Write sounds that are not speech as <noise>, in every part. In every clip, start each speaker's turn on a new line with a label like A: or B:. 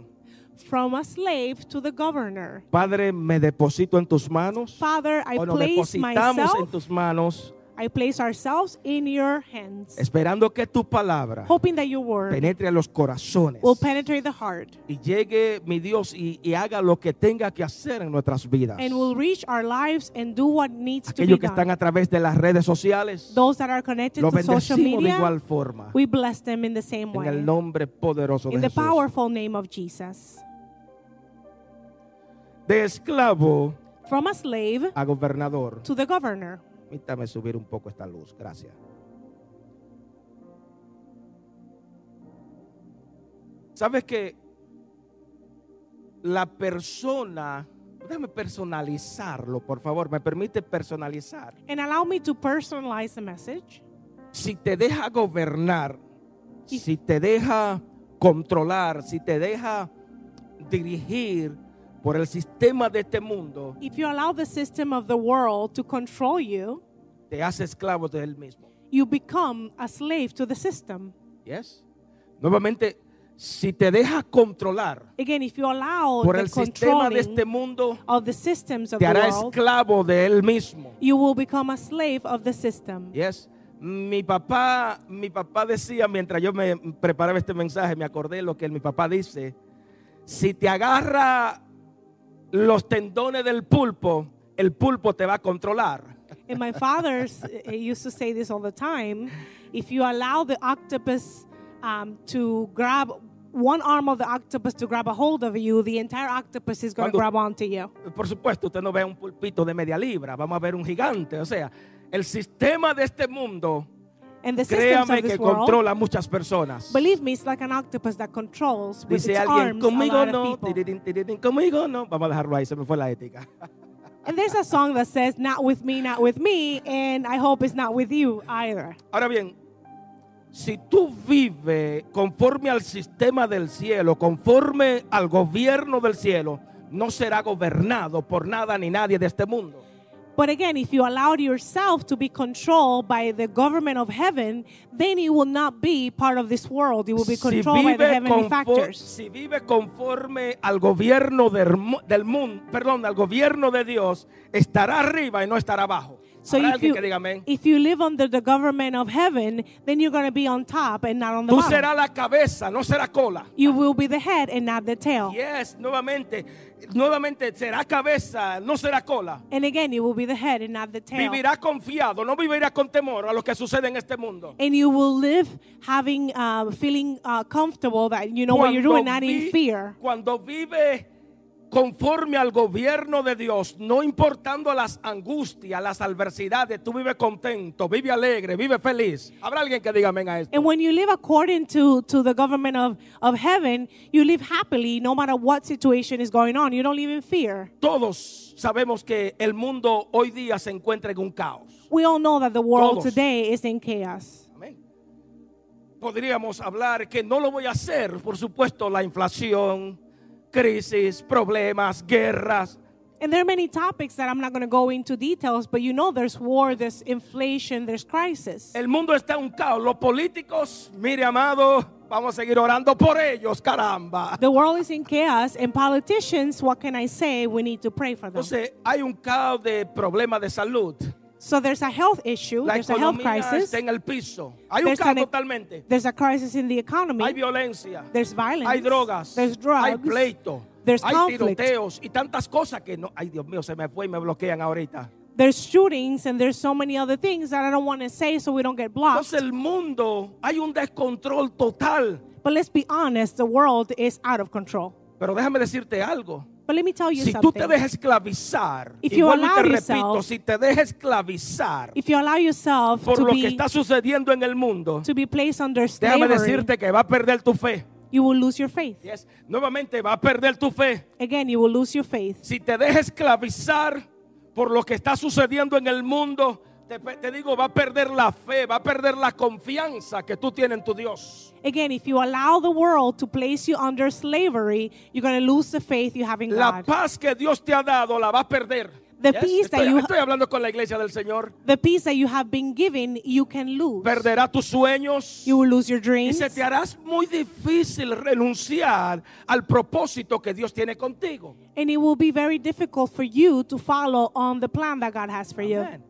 A: slavery, from a slave to the governor.
B: Padre, me deposito en tus manos.
A: Father, I
B: o nos
A: place
B: Oh, depositamos en
A: myself,
B: tus manos,
A: I place ourselves in your hands,
B: esperando que tu palabra
A: hoping that your word
B: penetre a los corazones
A: will penetrate the heart
B: y llegue, mi Dios, y, y haga lo que tenga que hacer en nuestras vidas.
A: and will reach our lives and do what needs to be
B: Aquellos que están
A: done.
B: a través de las redes sociales,
A: Those that are connected
B: los
A: to social
B: bendecimos de igual
A: media,
B: forma.
A: we bless them in the same
B: En el
A: way.
B: nombre poderoso de
A: In the
B: Jesús.
A: powerful name of Jesus.
B: De esclavo
A: From a slave
B: a gobernador.
A: to the governor.
B: Permítame subir un poco esta luz, gracias. Sabes que la persona, déjame personalizarlo, por favor, me permite personalizar.
A: And allow me to personalize the message.
B: Si te deja gobernar,
A: Y-
B: si te deja controlar, si te deja dirigir por el sistema de este mundo,
A: If you allow the system of the world to control you,
B: te hace esclavo de él mismo.
A: you become a slave to the system.
B: Yes. Nuevamente, si te deja controlar,
A: Again, if you allow
B: por
A: the
B: el sistema de
A: controlling
B: este mundo,
A: of the systems of
B: te
A: the
B: hará
A: world,
B: esclavo de él mismo.
A: you will become a slave of the system.
B: Yes. Mi papá, mi papá decía mientras yo me preparaba este mensaje, me acordé lo que mi papá dice, si te agarra los tendones del pulpo, el pulpo te va a controlar. <laughs>
A: And my father's <laughs> uh, used to say this all the time. If you allow the octopus um, to grab one arm of the octopus to grab a hold of you, the entire octopus is going to
B: Cuando-
A: grab onto you.
B: Por supuesto, usted no ve un pulpito de media libra, vamos a ver un gigante, o sea, el sistema de este mundo,
A: And the systems
B: créame
A: of this
B: que
A: world,
B: controla a muchas personas.
A: believe me, it's like an octopus that controls with
B: Dice
A: its
B: alguien,
A: arms a
B: conmigo
A: lot
B: no,
A: of people.
B: tirirín, tirirín, conmigo no. Vamos a dejarlo ahí, se me fue la ética.
A: And there's a song that says, Not with me, not with me, and I hope it's not with you either.
B: Ahora bien, si tú vives conforme al sistema del cielo, conforme al gobierno del cielo, no será gobernado por nada ni nadie de este mundo.
A: But again, if you allowed yourself to be controlled by the government of heaven, then you will not be part of this world. You will be
B: Si
A: controlled by the
B: vive,
A: heavenly
B: confo-
A: factors.
B: si vive conforme al gobierno del, mundo, perdón, al gobierno de Dios, estará arriba y no estará abajo.
A: So
B: Habrá
A: if
B: alguien
A: you,
B: que diga amén.
A: if you live under the government of heaven, then you're going to be on top and not on the
B: Tú
A: bottom.
B: serás la cabeza, no será cola.
A: you will be the head and not the tail.
B: Yes, nuevamente, nuevamente será cabeza, no será cola.
A: And again, you will be the head and not the tail.
B: Vivirá confiado, no vivirá con temor a lo que sucede en este mundo.
A: and you will live having, uh, feeling uh, comfortable that you know what you're doing, not
B: vi-
A: in fear.
B: cuando vive conforme al gobierno de Dios, no importando las angustias, las adversidades, tú vive contento, vive alegre, vive feliz. Habrá alguien que diga amén a esto.
A: And when you live according to, to the government of, of heaven, you live happily no matter what situation is going on. You don't live in fear.
B: Todos sabemos que el mundo hoy día se encuentra en un caos.
A: We all know that the world
B: Todos.
A: today is in chaos.
B: Amén. Podríamos hablar que no lo voy a hacer, por supuesto, la inflación, crisis, problemas, guerras.
A: And there are many topics that I'm not going to go into details, but you know there's war, there's inflation, there's crisis.
B: El mundo está en un caos. Los políticos, mire amado, vamos a seguir orando por ellos, caramba.
A: The world is in chaos, and politicians, what can I say? We need to pray for them.
B: Entonces, hay un caos de problemas de salud.
A: So there's a health issue,
B: La
A: there's a health
B: economía
A: crisis,
B: está en el piso. Hay un
A: There's
B: caos
A: an- e-
B: totalmente.
A: there's a crisis in the
B: Hay
A: economy,
B: violencia.
A: there's violence,
B: Hay drogas,
A: there's drugs,
B: hay pleito,
A: there's
B: hay
A: conflict.
B: tiroteos y tantas cosas que no, ay Dios mío, se me fue y me bloquean ahorita.
A: there's shootings and there's so many other things that I don't want to say so we don't get blocked.
B: Entonces el mundo hay un descontrol total.
A: But let's be honest, the world is out of control.
B: Pero déjame decirte algo.
A: But let me tell you
B: Si tú
A: something.
B: te dejas esclavizar,
A: If
B: y
A: you
B: vuelvo y te
A: allow
B: repito,
A: yourself-
B: si te dejas esclavizar
A: if you allow yourself
B: por
A: to
B: lo que
A: be,
B: está sucediendo en el mundo,
A: to be placed under
B: déjame
A: slavery,
B: decirte que va a perder tu fe.
A: you will lose your faith.
B: Yes. Nuevamente va a perder tu fe.
A: Again, you will lose your faith.
B: Si te dejas esclavizar por lo que está sucediendo en el mundo, te, te digo, va a perder la fe, va a perder la confianza que tú tienes en tu Dios.
A: Again, if you allow the world to place you under slavery, you're going to lose the faith you have in
B: La
A: God.
B: paz que Dios te ha dado la va a perder.
A: The
B: Yes,
A: peace that
B: estoy,
A: you-
B: estoy hablando con la iglesia del Señor.
A: The peace that you have been given, you can lose.
B: Perderá tus sueños.
A: You will lose your
B: Y
A: dreams.
B: se te hará muy difícil renunciar al propósito que Dios tiene contigo.
A: And it will be very difficult for you to follow on the plan that God has for you.
B: Amén.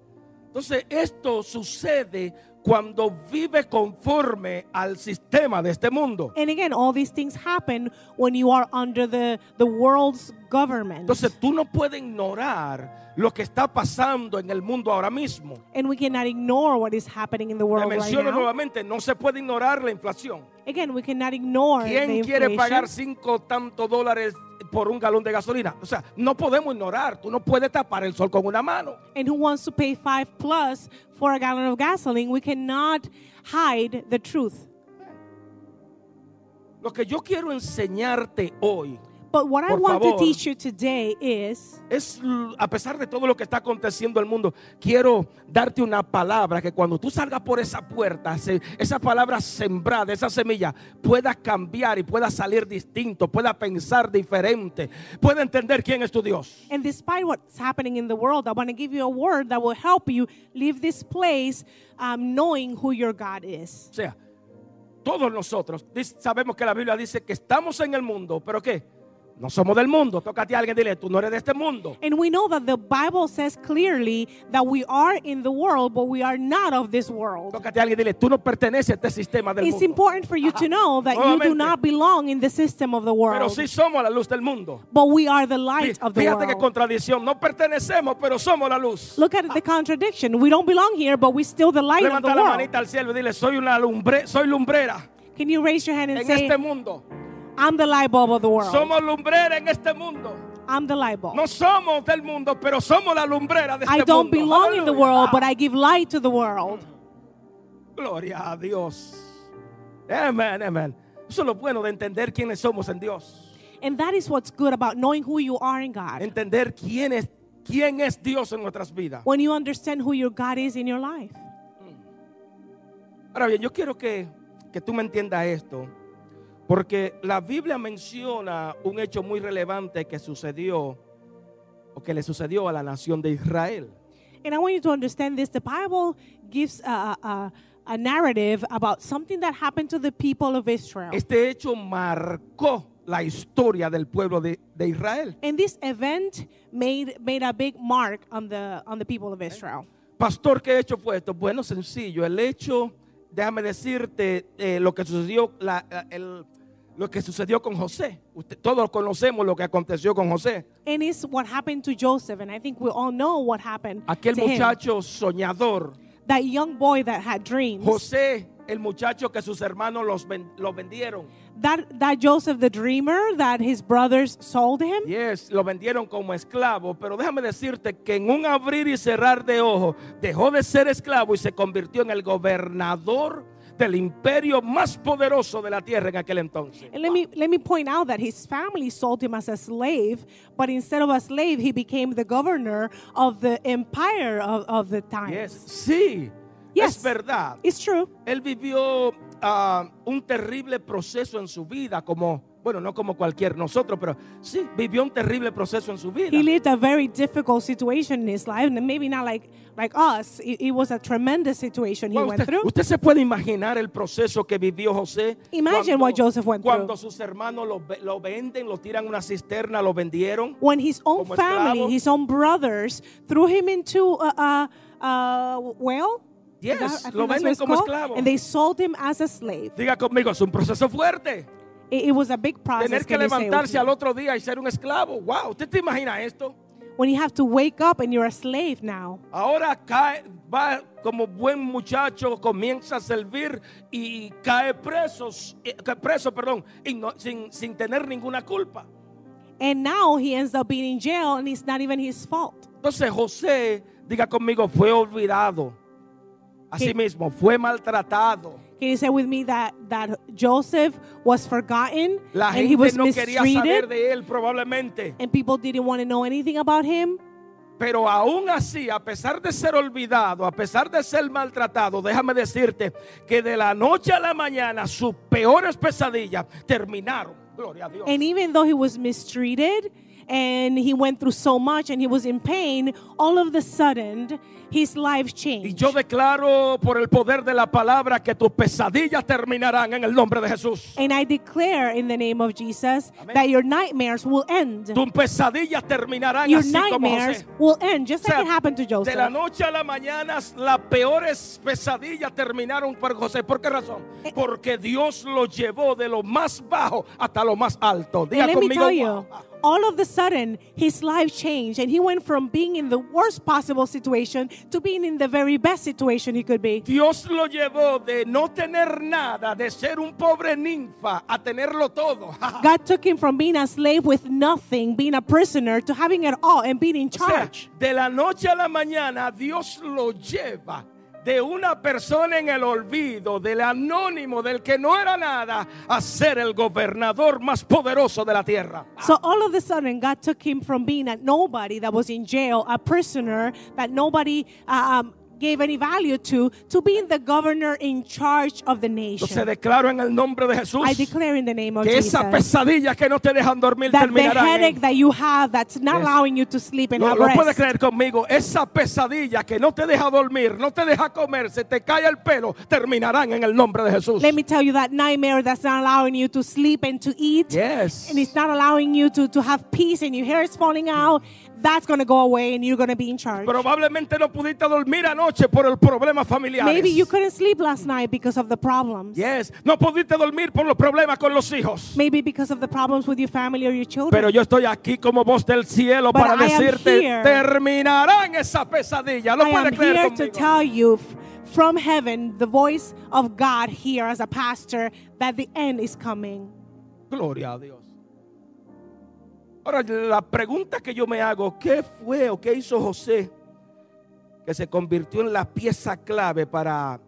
B: Entonces esto sucede cuando vive conforme al sistema de este mundo.
A: And again, all these things happen when you are under the, the world's government.
B: Entonces tú no puedes ignorar lo que está pasando en el mundo ahora mismo.
A: And we cannot ignore what is happening in the
B: Te
A: world right
B: menciono
A: now.
B: nuevamente, no se puede ignorar la inflación.
A: Again, we cannot ignore the
B: ¿Quién quiere
A: inflation.
B: pagar cinco tantos dólares por un galón de gasolina? O sea, no podemos ignorar. Tú no puedes tapar el sol con una mano.
A: and who wants to pay five plus for a gallon of gasoline, we cannot hide the truth.
B: Lo que yo quiero enseñarte hoy
A: But what I
B: Por
A: want
B: favor.
A: to teach you today is
B: es, l- a pesar de todo lo que está aconteciendo en el mundo, quiero darte una palabra que cuando tú salgas por esa puerta, se- esa palabra sembrada, esa semilla, pueda cambiar y pueda salir distinto, pueda pensar diferente, pueda entender quién es tu Dios.
A: And despite what's happening in the world, I want to give you a word that will help you leave this place um, knowing who your God is.
B: O sea, todos nosotros dis- sabemos que la Biblia dice que estamos en el mundo, pero ¿qué? No somos del mundo. Tócate a alguien y dile, tú no eres de este mundo.
A: And we know that the Bible says clearly that we are in the world, but we are not of this world.
B: Tócate a alguien y dile, tú no perteneces a este sistema del
A: It's
B: mundo.
A: important for you to know that you do
B: Nuevamente.
A: not belong in the system of the
B: Pero
A: world,
B: sí somos la luz del mundo.
A: but we are the
B: Fí-
A: light of the
B: Fíjate qué
A: world.
B: contradicción. No pertenecemos, pero somos la luz.
A: Look at the contradiction. We don't belong here, but we're still the light of the
B: Ah. Levanta la
A: world.
B: manita al cielo y dile, soy una lumbre, soy lumbrera
A: Can you raise your hand and
B: en
A: say,
B: este mundo.
A: I'm the light bulb of the world?
B: Somos lumbrera en este mundo.
A: I'm the light bulb.
B: No somos del mundo, pero somos la lumbrera de este
A: I
B: mundo.
A: don't belong in the
B: Aleluya.
A: world, but I give light to the world.
B: Gloria a Dios. Amén, amén. Eso es lo bueno de entender quiénes somos en Dios.
A: And that is what's good about knowing who you are in God.
B: Entender quién es, quién es Dios en nuestras vidas.
A: When you understand who your God is in your life.
B: Ahora bien, yo quiero que, que tú me entiendas esto, porque la Biblia menciona un hecho muy relevante que sucedió o que le sucedió a la nación de Israel.
A: And I want you to understand this. The Bible gives a, a, a narrative about something that happened to the people of Israel.
B: Este hecho marcó la historia del pueblo de, de Israel.
A: And this event made, made a big mark on the, on the people of Israel.
B: Pastor, ¿qué hecho fue esto? Bueno, sencillo, el hecho, déjame decirte eh, lo que sucedió, la- la- el- lo que sucedió con José. Usted- todos conocemos lo que aconteció con José.
A: And it's what happened to Joseph. And I think we all know what happened
B: Aquel
A: to him.
B: muchacho soñador.
A: That young boy that had dreams.
B: José, el muchacho que sus hermanos los, ven- lo vendieron.
A: That, that Joseph the dreamer that his brothers sold him.
B: Yes, lo vendieron como esclavo. Pero déjame decirte que en un abrir y cerrar de ojos dejó de ser esclavo y se convirtió en el gobernador del imperio más poderoso de la tierra en aquel entonces.
A: And let me let me point out that his family sold him as a slave, but instead of a slave, he became the governor of the empire of, of the
B: Yes,
A: times.
B: sí,
A: Yes.
B: es verdad.
A: It's true.
B: Él vivió ah, un terrible proceso en su vida, como, bueno, no como cualquier nosotros, pero sí, vivió un terrible proceso en su vida.
A: He lived a very difficult situation in his life, and maybe not like like us. It, it was a tremendous situation he
B: Bueno,
A: went
B: usted,
A: through.
B: usted se puede imaginar el proceso que vivió José.
A: Imagine what Joseph went
B: cuando
A: through.
B: sus hermanos lo, ve- lo venden, lo tiran a una cisterna, lo vendieron.
A: When his own
B: como
A: family,
B: esclavo.
A: his own brothers, threw him into a, a, a whale. Is
B: Yes,
A: that- I think
B: lo
A: that's
B: venden
A: what it's
B: como
A: called.
B: esclavo.
A: And they sold him as a slave.
B: Diga conmigo, es un proceso fuerte.
A: It, it was a big process.
B: Tener que
A: can you say, with
B: levantarse
A: me?
B: al otro día y ser un esclavo. Wow, ¿usted te imagina esto?
A: when you have to wake up and you're a slave now.
B: Ahora cae, va como buen muchacho, comienza a servir y cae presos, eh, cae preso, perdón, y no- sin, sin tener ninguna culpa.
A: And now he ends up being in jail and it's not even his fault.
B: Entonces José, diga conmigo, fue olvidado.
A: Sí.
B: Asimismo, fue maltratado.
A: Can you say with me that, that Joseph was forgotten
B: La
A: and he
B: gente
A: was
B: no quería saber
A: mistreated
B: de él probablemente.
A: and people didn't want to know anything about him?
B: Pero aún así, a pesar de ser olvidado, a pesar de ser maltratado, déjame decirte que de la noche a la mañana sus peores pesadillas terminaron. Gloria a Dios.
A: And even though he was mistreated and he went through so much and he was in pain, all of the sudden his life
B: Y
A: changed.
B: yo declaro por el poder de la palabra que tus pesadillas terminarán en el nombre de Jesús.
A: And I declare in the name of Jesus
B: Amén.
A: that your nightmares will end.
B: Tus pesadillas terminarán
A: Your
B: así como José.
A: nightmares will end,
B: O
A: just like
B: sea,
A: it happened to
B: De
A: Joseph.
B: la noche a la mañana las peores pesadillas terminaron por José. ¿Por qué razón?
A: Eh,
B: Porque Dios lo llevó de lo más bajo hasta lo más alto. Diga
A: And let me
B: conmigo.
A: tell you,
B: "Wow".
A: all of the sudden, his life changed, and he went from being in the worst possible situation to being in the very best situation he could be.
B: Dios lo llevó de no tener nada, de ser un pobre ninfa, a tenerlo todo. <laughs>
A: God took him from being a slave with nothing, being a prisoner, to having it all and being in
B: O sea,
A: charge.
B: de la noche a la mañana Dios lo lleva de una persona en el olvido, del anónimo, del que no era nada, a ser el gobernador más poderoso de la tierra.
A: So all of a sudden, God took him from being a nobody that was in jail, a prisoner that nobody uh, um, gave any value to, to being the governor in charge of the
B: Entonces
A: nation.
B: declaro en el nombre de Jesús
A: I declare in the name of
B: que
A: Jesus
B: esas pesadillas que no te dejan <laughs> dormir
A: that the
B: terminarán. en-
A: headache that you have that's not
B: Yes.
A: allowing you to sleep and
B: Lo,
A: have
B: lo puedes
A: rest.
B: creer conmigo, esa pesadilla que no te deja dormir, no te deja comer, se te cae el pelo, terminarán en el nombre de Jesús.
A: Let me tell you that nightmare that's not allowing you to sleep and to eat,
B: Yes.
A: and it's not allowing you to, to have peace, and your hair is falling out, that's going to go away and you're going to be in charge.
B: Probablemente no pudiste dormir anoche por el problema familiar.
A: Maybe you couldn't sleep last night because of the problems.
B: Yes, no pudiste dormir por los problemas con los hijos.
A: Maybe because of the problems with your family or your children.
B: Pero yo estoy aquí como voz del cielo
A: But
B: para
A: I am
B: decirte,
A: here.
B: terminarán esa pesadilla. Lo
A: I
B: puedes
A: am
B: creer
A: here to
B: conmigo?
A: tell you f- from heaven, the voice of God here as a pastor, that the end is coming.
B: Gloria a Dios. Ahora, la pregunta que yo me hago, ¿qué fue o qué hizo José que se convirtió en la pieza clave para,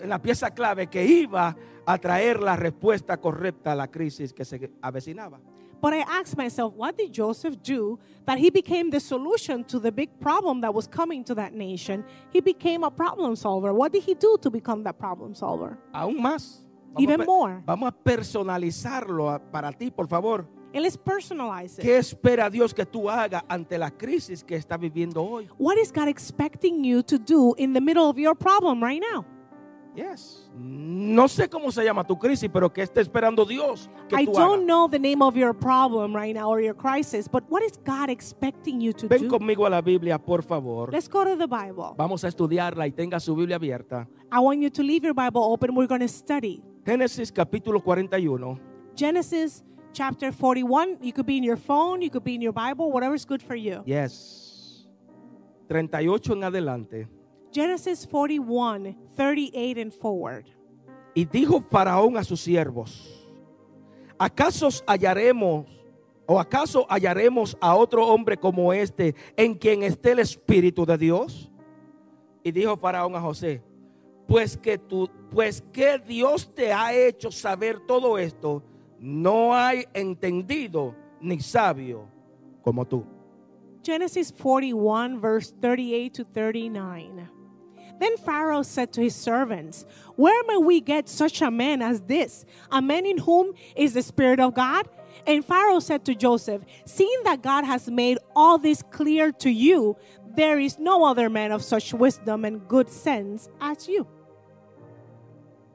B: en la pieza clave que iba a traer la respuesta correcta a la crisis que se avecinaba?
A: But I asked myself, what did Joseph do that he became the solution to the big problem that was coming to that nation? He became a problem solver. What did he do to become that problem solver?
B: Aún más.
A: Even
B: a pe-
A: more.
B: vamos a personalizarlo a- para ti, por favor.
A: And let's personalize it.
B: ¿Qué espera Dios que tú hagas ante la crisis que está viviendo hoy?
A: What is God expecting you to do in the middle of your problem right now?
B: Yes. No sé cómo se llama tu crisis, pero ¿qué está esperando Dios que
A: I
B: tú
A: don't
B: hagas?
A: know the name of your problem right now or your crisis, but what is God expecting you to do?
B: Ven conmigo a la Biblia, por favor.
A: Let's go to the Bible.
B: Vamos a estudiarla y tenga su Biblia abierta.
A: I want you to leave your Bible open. We're going to study
B: Génesis capítulo 41.
A: Genesis chapter 41. You could be in your phone, you could be in your Bible, whatever's good for you.
B: Yes. 38 en adelante.
A: Genesis 41, 38 and forward.
B: Y dijo Faraón a sus siervos, ¿acaso hallaremos o acaso hallaremos a otro hombre como este en quien esté el Espíritu de Dios? Y dijo Faraón a José, pues que tú, pues que Dios te ha hecho saber todo esto, no hay entendido ni sabio como tú.
A: Genesis 41, verse 38 to 39. Then Pharaoh said to his servants, Where may we get such a man as this, a man in whom is the Spirit of God? And Pharaoh said to Joseph, Seeing that God has made all this clear to you, there is no other man of such wisdom and good sense as you.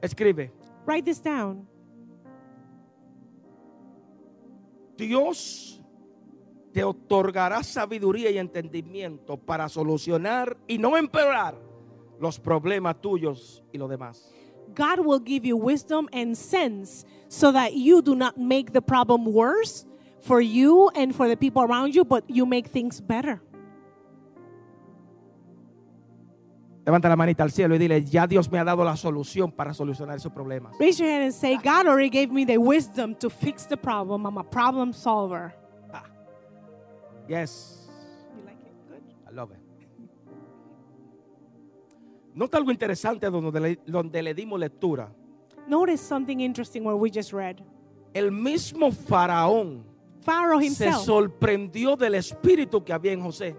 B: Escribe,
A: Write this down.
B: Dios te otorgará sabiduría y entendimiento para solucionar y no empeorar los problemas tuyos y los demás.
A: God will give you wisdom and sense so that you do not make the problem worse for you and for the people around you, but you make things better.
B: Levanta la manita al cielo y dile, ya Dios me ha dado la solución para solucionar esos problemas.
A: Raise your hand and say, God already gave me the wisdom to fix the problem. I'm a problem solver.
B: Yes,
A: You like it? Good.
B: I love it. Nota algo interesante donde le, donde le dimos lectura.
A: Notice something interesting where we just read.
B: El mismo faraón
A: Pharaoh
B: se
A: himself
B: sorprendió del espíritu que había en José.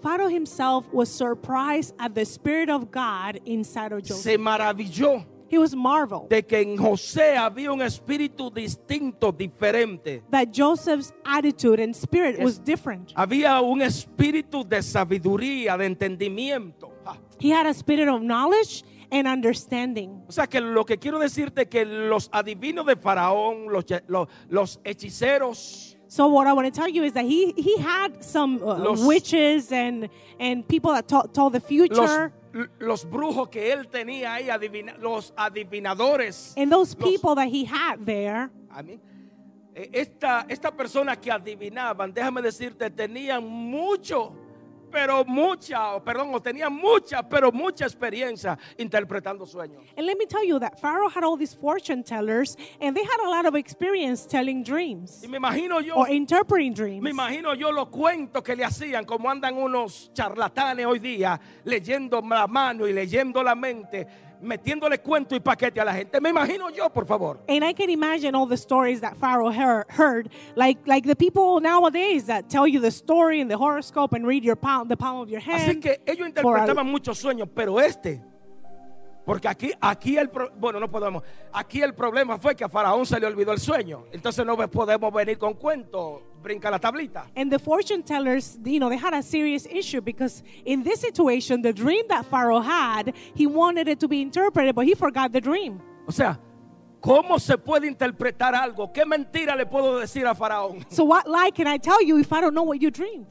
A: Pharaoh himself was surprised at the Spirit of God inside of Joseph.
B: se maravilló
A: He was marveled
B: de que en José había un espíritu distinto, diferente.
A: that Joseph's attitude and spirit was different.
B: Había un espíritu de sabiduría, de entendimiento. Ja.
A: He had a spirit of knowledge and understanding.
B: O sea que lo que quiero decirte es que los adivinos de Faraón, los, ye- lo- los hechiceros,
A: So what I want to tell you is that he he had some uh,
B: Los-
A: witches and and people that to- told the future.
B: los, los brujos que él tenía ahí, adivina- los adivinadores.
A: and those
B: los-
A: people that he had there,
B: Amén. Eh, Esta, esta persona que adivinaban, déjame decirte, tenían mucho, pero mucha, o perdón, o tenían mucha, pero mucha experiencia interpretando sueños.
A: and let me tell you that Pharaoh had all these fortune tellers, and they had a lot of experience telling dreams
B: Y me imagino yo,
A: or interpreting dreams.
B: me imagino yo los cuentos que le hacían, como andan unos charlatanes hoy día, leyendo la mano y leyendo la mente, metiéndole cuento y paquete a la gente. Me imagino yo, por favor.
A: And I can imagine all the stories that Pharaoh hear- heard, like like the people nowadays that tell you the story and the horoscope and read your palm, the palm of your
B: Así
A: hand.
B: que ellos
A: for a-
B: interpretaban muchos sueños, pero este, porque aquí, aquí el, pro- bueno, no podemos, aquí el problema fue que a Faraón se le olvidó el sueño, entonces no podemos venir con cuentos, brinca la tablita.
A: And the fortune tellers, you know, they had a serious issue because in this situation, the dream that Pharaoh had, he wanted it to be interpreted, but he forgot the dream.
B: O sea, ¿cómo se puede interpretar algo? ¿Qué mentira le puedo decir a Faraón?
A: So what lie can I tell you if I don't know what you dreamed?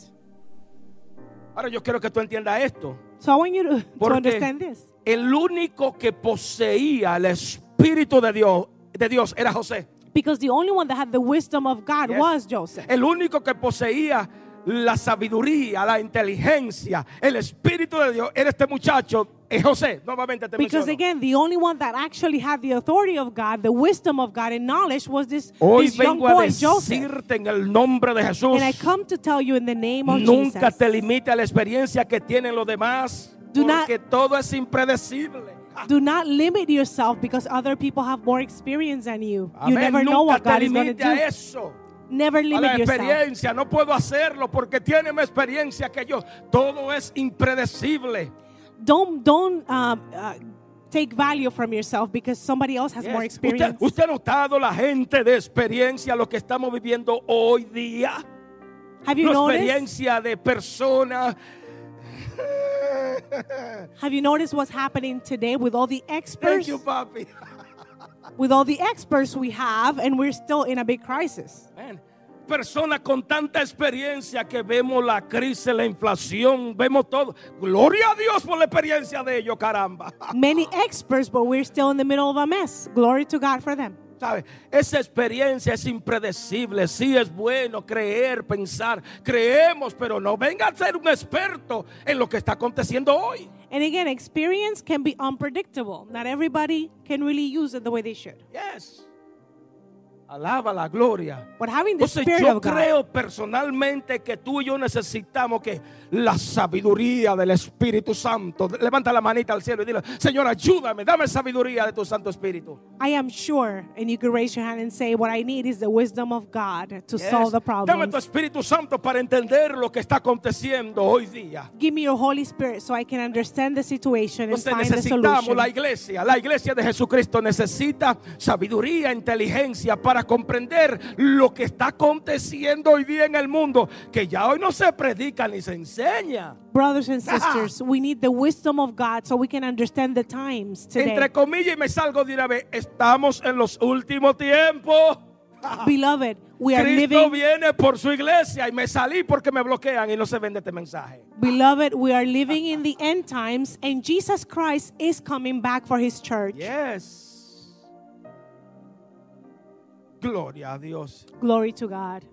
B: Ahora yo quiero que tú entiendas esto,
A: So I want you to, <laughs> to understand
B: porque
A: this.
B: el único que poseía el Espíritu de Dios, de Dios era José.
A: Because the only one that had the wisdom of God
B: Yes.
A: was Joseph.
B: El único que poseía la sabiduría, la inteligencia, el espíritu de Dios era este muchacho, es José. Nuevamente te
A: Because
B: menciono.
A: again, the only one that actually had the authority of God, the wisdom of God, and knowledge was this,
B: Hoy
A: this young
B: vengo a
A: boy, Joseph.
B: decirte en el nombre de Jesús,
A: And I come to tell you in the name of
B: nunca
A: Jesus,
B: te limite a la experiencia que tienen los demás,
A: Do not-
B: porque todo es impredecible. Ah,
A: do not limit yourself because other people have more experience than you. You
B: amén.
A: never know
B: Nunca
A: what
B: te
A: God is going to
B: limite a
A: do.
B: eso.
A: Never
B: A la
A: limit yourself.
B: experiencia, no puedo hacerlo porque tiene más experiencia que yo. Todo es impredecible.
A: Don't don't um, uh, take value from yourself because somebody else has
B: Yes.
A: more
B: ¿Usted,
A: experience.
B: usted ha notado la gente de experiencia, lo que estamos viviendo hoy día?
A: Have you
B: La
A: noticed?
B: experiencia de personas.
A: Have you noticed what's happening today with all the
B: Thank
A: experts?
B: you, papi.
A: With all the experts we have, and we're still in a big crisis.
B: Man, Personas con tanta experiencia que vemos la crisis, la inflación, vemos todo. Gloria a Dios por la experiencia de ellos, caramba.
A: Many experts, but we're still in the middle of a mess. Glory to God for them.
B: ¿Sabe? Esa experiencia es impredecible. Sí es bueno creer, pensar. Creemos, pero no venga a ser un experto en lo que está aconteciendo hoy.
A: And again, experience can be unpredictable. Not everybody can really use it the way they should.
B: Yes. Alaba la gloria.
A: But having the
B: Entonces
A: Spirit
B: yo
A: of God,
B: creo personalmente que tú y yo necesitamos que la sabiduría del Espíritu Santo, levanta la manita al cielo y dile, Señor, ayúdame, dame sabiduría de tu Santo Espíritu.
A: I am sure, and you can raise your hand and say, What I need is the wisdom of God to
B: Yes.
A: solve the
B: Dame tu
A: problems.
B: Espíritu Santo para entender lo que está aconteciendo hoy día.
A: Give me your Holy Spirit so I can understand the situation and
B: Entonces
A: find the
B: necesitamos la
A: solution.
B: iglesia, la iglesia de Jesucristo necesita sabiduría, inteligencia para comprender lo que está aconteciendo hoy día en el mundo, que ya hoy no se predica ni se enseña.
A: Brothers and
B: Ah.
A: sisters, we need the wisdom of God so we can understand the times today.
B: Entre comillas y me salgo de una vez, estamos en los últimos tiempos.
A: Beloved, we are
B: Cristo
A: living
B: viene por su iglesia y me salí porque me bloquean y no se vende este mensaje.
A: Beloved, we are living
B: Ah.
A: in the end times and Jesus Christ is coming back for his church.
B: Yes. Gloria a Dios.
A: Glory to God.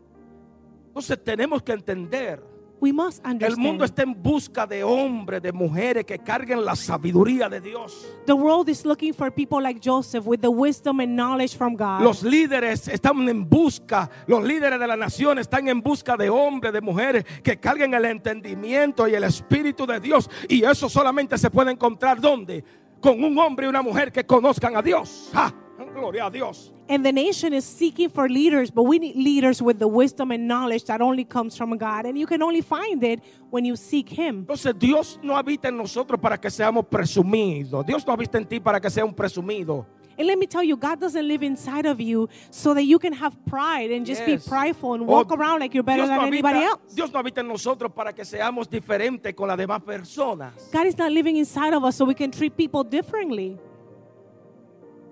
B: Entonces tenemos que entender
A: We must
B: El
A: understand.
B: mundo está en busca de hombres, de mujeres que carguen la sabiduría de Dios.
A: the world is looking for people like Joseph with the wisdom and knowledge from God.
B: Los líderes están en busca, los líderes de la nación están en busca de hombres, de mujeres que carguen el entendimiento y el espíritu de Dios. Y eso solamente se puede encontrar donde? Con un hombre y una mujer que conozcan a Dios. ¡Ja! Gloria a Dios.
A: And the nation is seeking for leaders, but we need leaders with the wisdom and knowledge that only comes from God. And you can only find it when you seek Him.
B: Entonces Dios no habita en nosotros para que seamos presumidos. Dios no habita en ti para que sea un presumido.
A: And let me tell you, God doesn't live inside of you so that you can have pride and just
B: Yes.
A: be prideful and
B: Oh,
A: walk around like you're better
B: Dios
A: than
B: no
A: anybody
B: habita-
A: else.
B: Dios no habita en nosotros para que seamos diferentes con las demás personas.
A: God is not living inside of us so we can treat people differently.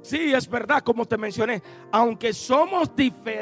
B: Sí, es verdad, como te mencioné, aunque somos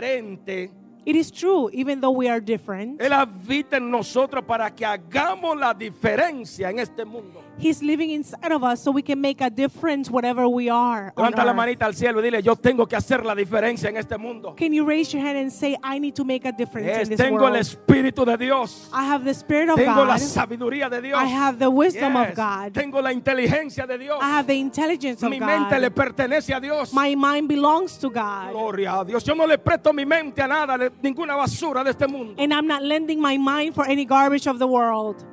B: diferentes,
A: It is true, even though we are different,
B: Él habita en nosotros para que hagamos la diferencia en este mundo.
A: He's living inside of us so we can make a difference whatever we are. on
B: Levanta la
A: earth.
B: manita al cielo y dile, yo tengo que hacer la diferencia en este mundo.
A: Can you raise your hand and say, I need to make a difference
B: Es,
A: in this
B: tengo
A: world?
B: el Espíritu de Dios.
A: I have the Spirit of
B: Tengo
A: God.
B: la sabiduría de Dios.
A: I have the wisdom of
B: Yes.
A: God.
B: Tengo la inteligencia de Dios.
A: I have the intelligence of
B: Mi
A: God.
B: mente le pertenece a Dios.
A: My mind belongs to God.
B: Gloria a Dios. Yo no le presto mi mente a nada, de- ninguna basura de este mundo.
A: And I'm not lending my mind for any garbage of the world.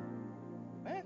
B: ¿Eh?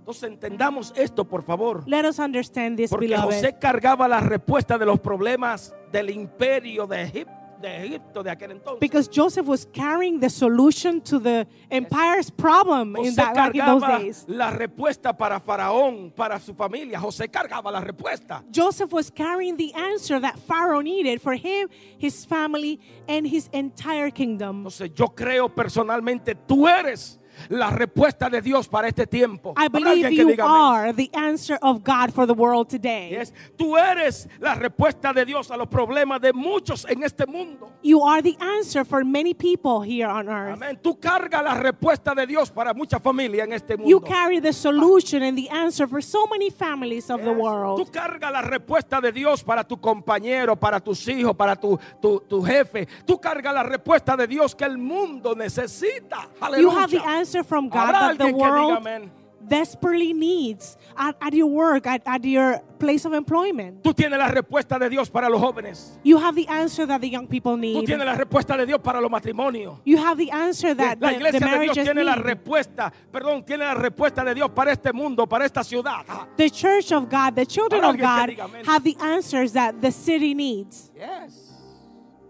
B: Entonces entendamos esto, por favor.
A: Let us understand this,
B: Porque
A: beloved.
B: José cargaba la respuesta de los problemas del imperio de, Egip- de Egipto de aquel entonces.
A: because Joseph was carrying the solution to the empire's problem in
B: José
A: that back in those
B: cargaba
A: days.
B: la respuesta para Faraón, para su familia. José cargaba la respuesta.
A: Joseph was carrying the answer that Pharaoh needed for him, his family, and his entire kingdom.
B: Entonces yo creo personalmente, tú eres la respuesta de Dios para este tiempo.
A: I
B: Habrá
A: believe
B: alguien que
A: you
B: diga amén.
A: are the answer of God for the world today.
B: Yes. Tú eres la respuesta de Dios a los problemas de muchos en este mundo.
A: You are the answer for many people here on earth.
B: Amén. Tú cargas la respuesta de Dios para mucha familia en este mundo.
A: You carry the solution and the answer for so many families of the
B: Yes.
A: world.
B: Tú cargas la respuesta de Dios para tu compañero, para tus hijos, para tu, tu, tu jefe. Tú cargas la respuesta de Dios que el mundo necesita.
A: You have the
B: Aleluya.
A: answer from God
B: Habrá
A: that the
B: alguien que diga
A: world
B: amén.
A: desperately needs at, at your work, at, at your place of employment.
B: Tú tienes la respuesta de Dios para los jóvenes.
A: You have the answer that the young people
B: Tú
A: need.
B: tienes la respuesta de Dios para los matrimonios.
A: You have the answer that
B: la
A: the, the
B: iglesia de Dios
A: marriages
B: tiene la
A: need.
B: respuesta, perdón, tiene la respuesta de Dios para este mundo, para esta ciudad. Ah,
A: The church of God, the children
B: Habrá
A: of
B: alguien que
A: God
B: diga amén.
A: have the answers that the city needs.
B: yes.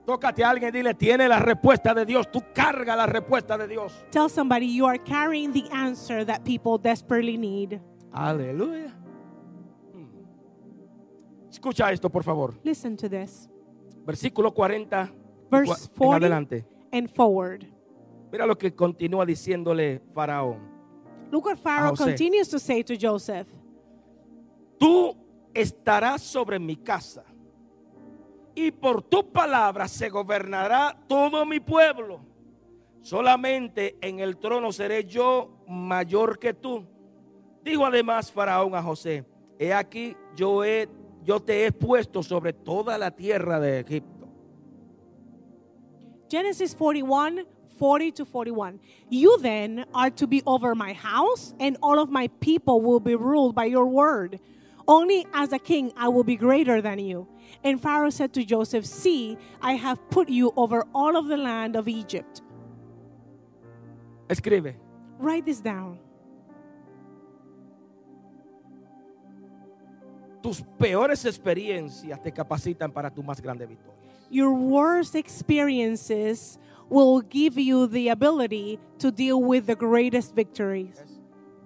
B: Tócate a alguien y dile, tiene la respuesta de Dios. Tú carga la respuesta de Dios.
A: Tell somebody you are carrying the answer that people desperately need.
B: Aleluya. Hmm. Escucha esto, por favor.
A: Listen to this.
B: Versículo 40
A: Verse
B: en
A: 40
B: adelante.
A: and forward.
B: Mira lo que continúa diciéndole Faraón.
A: Look what Pharaoh
B: Jose.
A: continues to say to Joseph.
B: Tú estarás sobre mi casa y por tu palabra se gobernará todo mi pueblo. Solamente en el trono seré yo mayor que tú. Dijo además Faraón a José, he aquí yo, he, yo te he puesto sobre toda la tierra de Egipto.
A: Genesis 41, 40 to 41. You then are to be over my house, and all of my people will be ruled by your word. Only as a king I will be greater than you. And Pharaoh said to Joseph, See, I have put you over all of the land of Egypt.
B: Escribe,
A: Write this down.
B: tus peores experiencias te capacitan para tu más grande victoria.
A: Your worst experiences will give you the ability to deal with the greatest victories.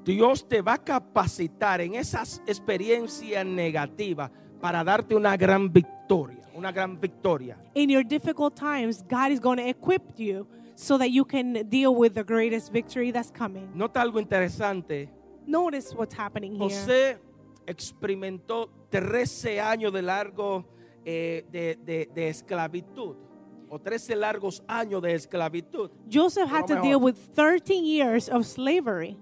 B: Dios te va a capacitar en esas experiencias negativas para darte una gran victoria, una gran victoria.
A: in your difficult times, God is going to equip you so that you can deal with the greatest victory that's coming.
B: Nota algo interesante.
A: Notice what's happening here.
B: José experimentó 13 años de largo eh, de, de- de esclavitud, o 13 largos años de esclavitud.
A: Joseph had to
B: Romeo.
A: deal with 13 years of slavery.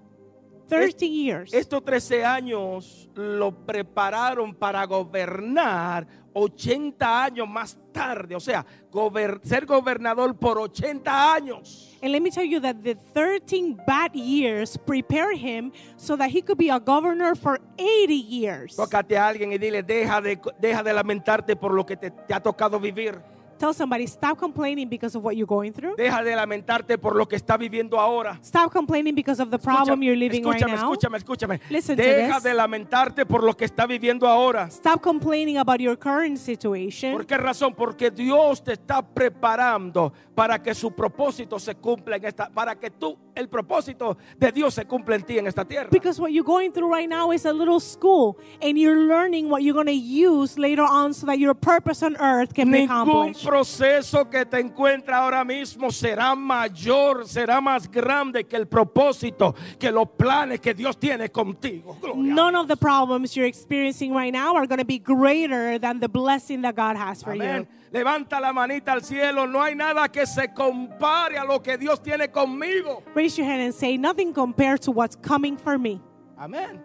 A: 13 years.
B: Estos 13 años lo prepararon para gobernar 80 años más tarde, o sea, gober- ser gobernador por 80 años.
A: And let me tell you that the 13 bad years prepared him so that he could be a governor for 80 years.
B: Tócate a alguien y dile, deja de, deja de lamentarte por lo que te, te ha tocado vivir.
A: Tell somebody, stop complaining because of what you're going through.
B: Deja de lamentarte por lo que está viviendo ahora.
A: Stop complaining because of the
B: Escucha-
A: problem you're living right
B: escúchame,
A: now.
B: escúchame, escúchame.
A: Listen to
B: Deja
A: this.
B: de lamentarte por lo que está viviendo ahora.
A: Stop complaining about your current situation.
B: ¿Por qué razón? Porque Dios te está preparando para que su propósito se cumpla en esta, para que tú, el propósito de Dios se cumpla en ti en esta tierra.
A: Because what you're going through right now is a little school, and you're learning what you're going to use later on so that your purpose on earth can be
B: Ningún
A: accomplished.
B: proceso que te encuentra ahora mismo será mayor, será más grande que el propósito, que los planes que Dios tiene contigo. Gloria.
A: None of the problems you're experiencing right now are going to be greater than the blessing that God has for
B: Amén.
A: you.
B: Levanta la manita al cielo. No hay nada que se compare a lo que Dios tiene conmigo.
A: Raise your hand and say, Nothing compared to what's coming for me.
B: Amén.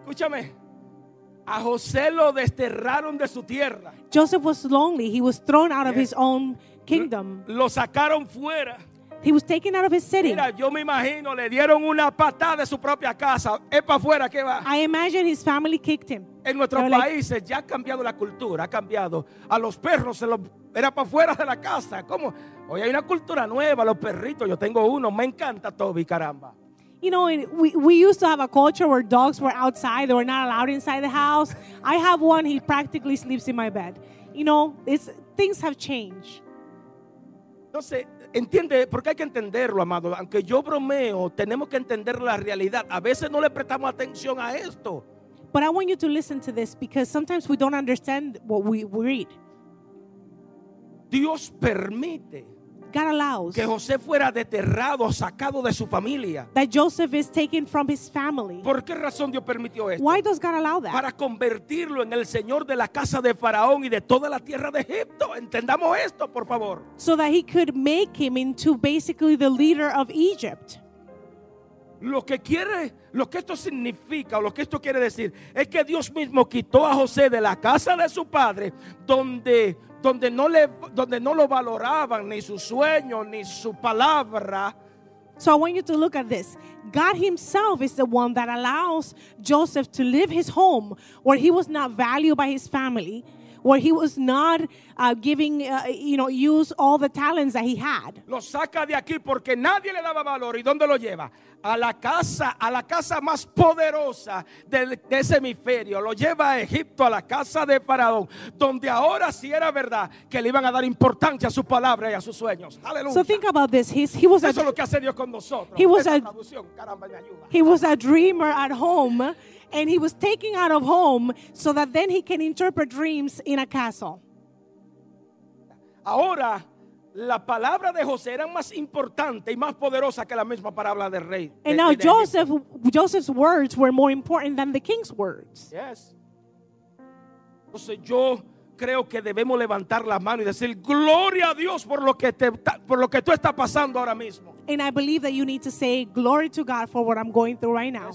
B: Escúchame. A José lo desterraron de su tierra.
A: Joseph was lonely, he was thrown out of
B: Yeah.
A: his own kingdom,
B: Lo sacaron fuera.
A: he was taken out of his city.
B: Mira, yo me imagino, le dieron una patada de su propia casa. Es para afuera que va.
A: I imagine his family kicked him.
B: En
A: They
B: nuestros
A: were like,
B: países ya ha cambiado la cultura, ha cambiado. A los perros se los era para afuera de la casa. ¿Cómo? Hoy hay una cultura nueva, los perritos. Yo tengo uno, me encanta Toby, caramba.
A: You know, it- we, we used to have a culture where dogs were outside, they were not allowed inside the house. I have one, he practically sleeps in my bed. You know, it's, things have changed.
B: Entonces, entiende, porque hay que entenderlo, amado. Aunque yo bromeo, tenemos que entender la realidad. A veces no le prestamos atención a esto.
A: But I want you to listen to this because sometimes we don't understand what we read.
B: Dios permite
A: God allows
B: que José fuera desterrado, sacado de su familia.
A: that Joseph is taken from his family.
B: ¿Por qué razón Dios permitió esto?
A: Why does God allow that?
B: para convertirlo en el señor de la casa de Faraón y de toda la tierra de Egipto. Entendamos esto, por favor.
A: So that he could make him into basically the leader of Egypt.
B: Lo que quiere, lo que esto significa o lo que esto quiere decir es que Dios mismo quitó a José de la casa de su padre donde donde no le donde no lo valoraban ni su sueño ni su palabra.
A: So I want you to look at this. God Himself is the one that allows Joseph to leave his home where he was not valued by his family, where he was not uh, giving, uh, you know, use all the talents that he had.
B: Lo saca de aquí porque nadie le daba valor. ¿Y dónde lo lleva? A la casa, a la casa más poderosa del- de ese hemisferio. Lo lleva a Egipto, a la casa de Faraón, donde ahora sí era verdad que le iban a dar importancia a su palabra y a sus sueños. Aleluya.
A: So think about this. He's, he was
B: Eso es
A: a,
B: lo que hace Dios con nosotros.
A: He was
B: Esa
A: a-
B: traducción, caramba, me ayuda.
A: he was a dreamer at home, and he was taken out of home so that then he can interpret dreams in a castle.
B: Ahora, la palabra de José era más importante y más poderosa que la misma palabra del rey. de-
A: And now
B: de- de Egipto.
A: Joseph, Joseph's words were more important than the king's words.
B: Yes. Entonces yo creo que debemos levantar la mano y decir gloria a Dios por lo que te por lo que tú estás pasando ahora mismo.
A: And I believe that you need to say, Glory to God for what I'm going through right now.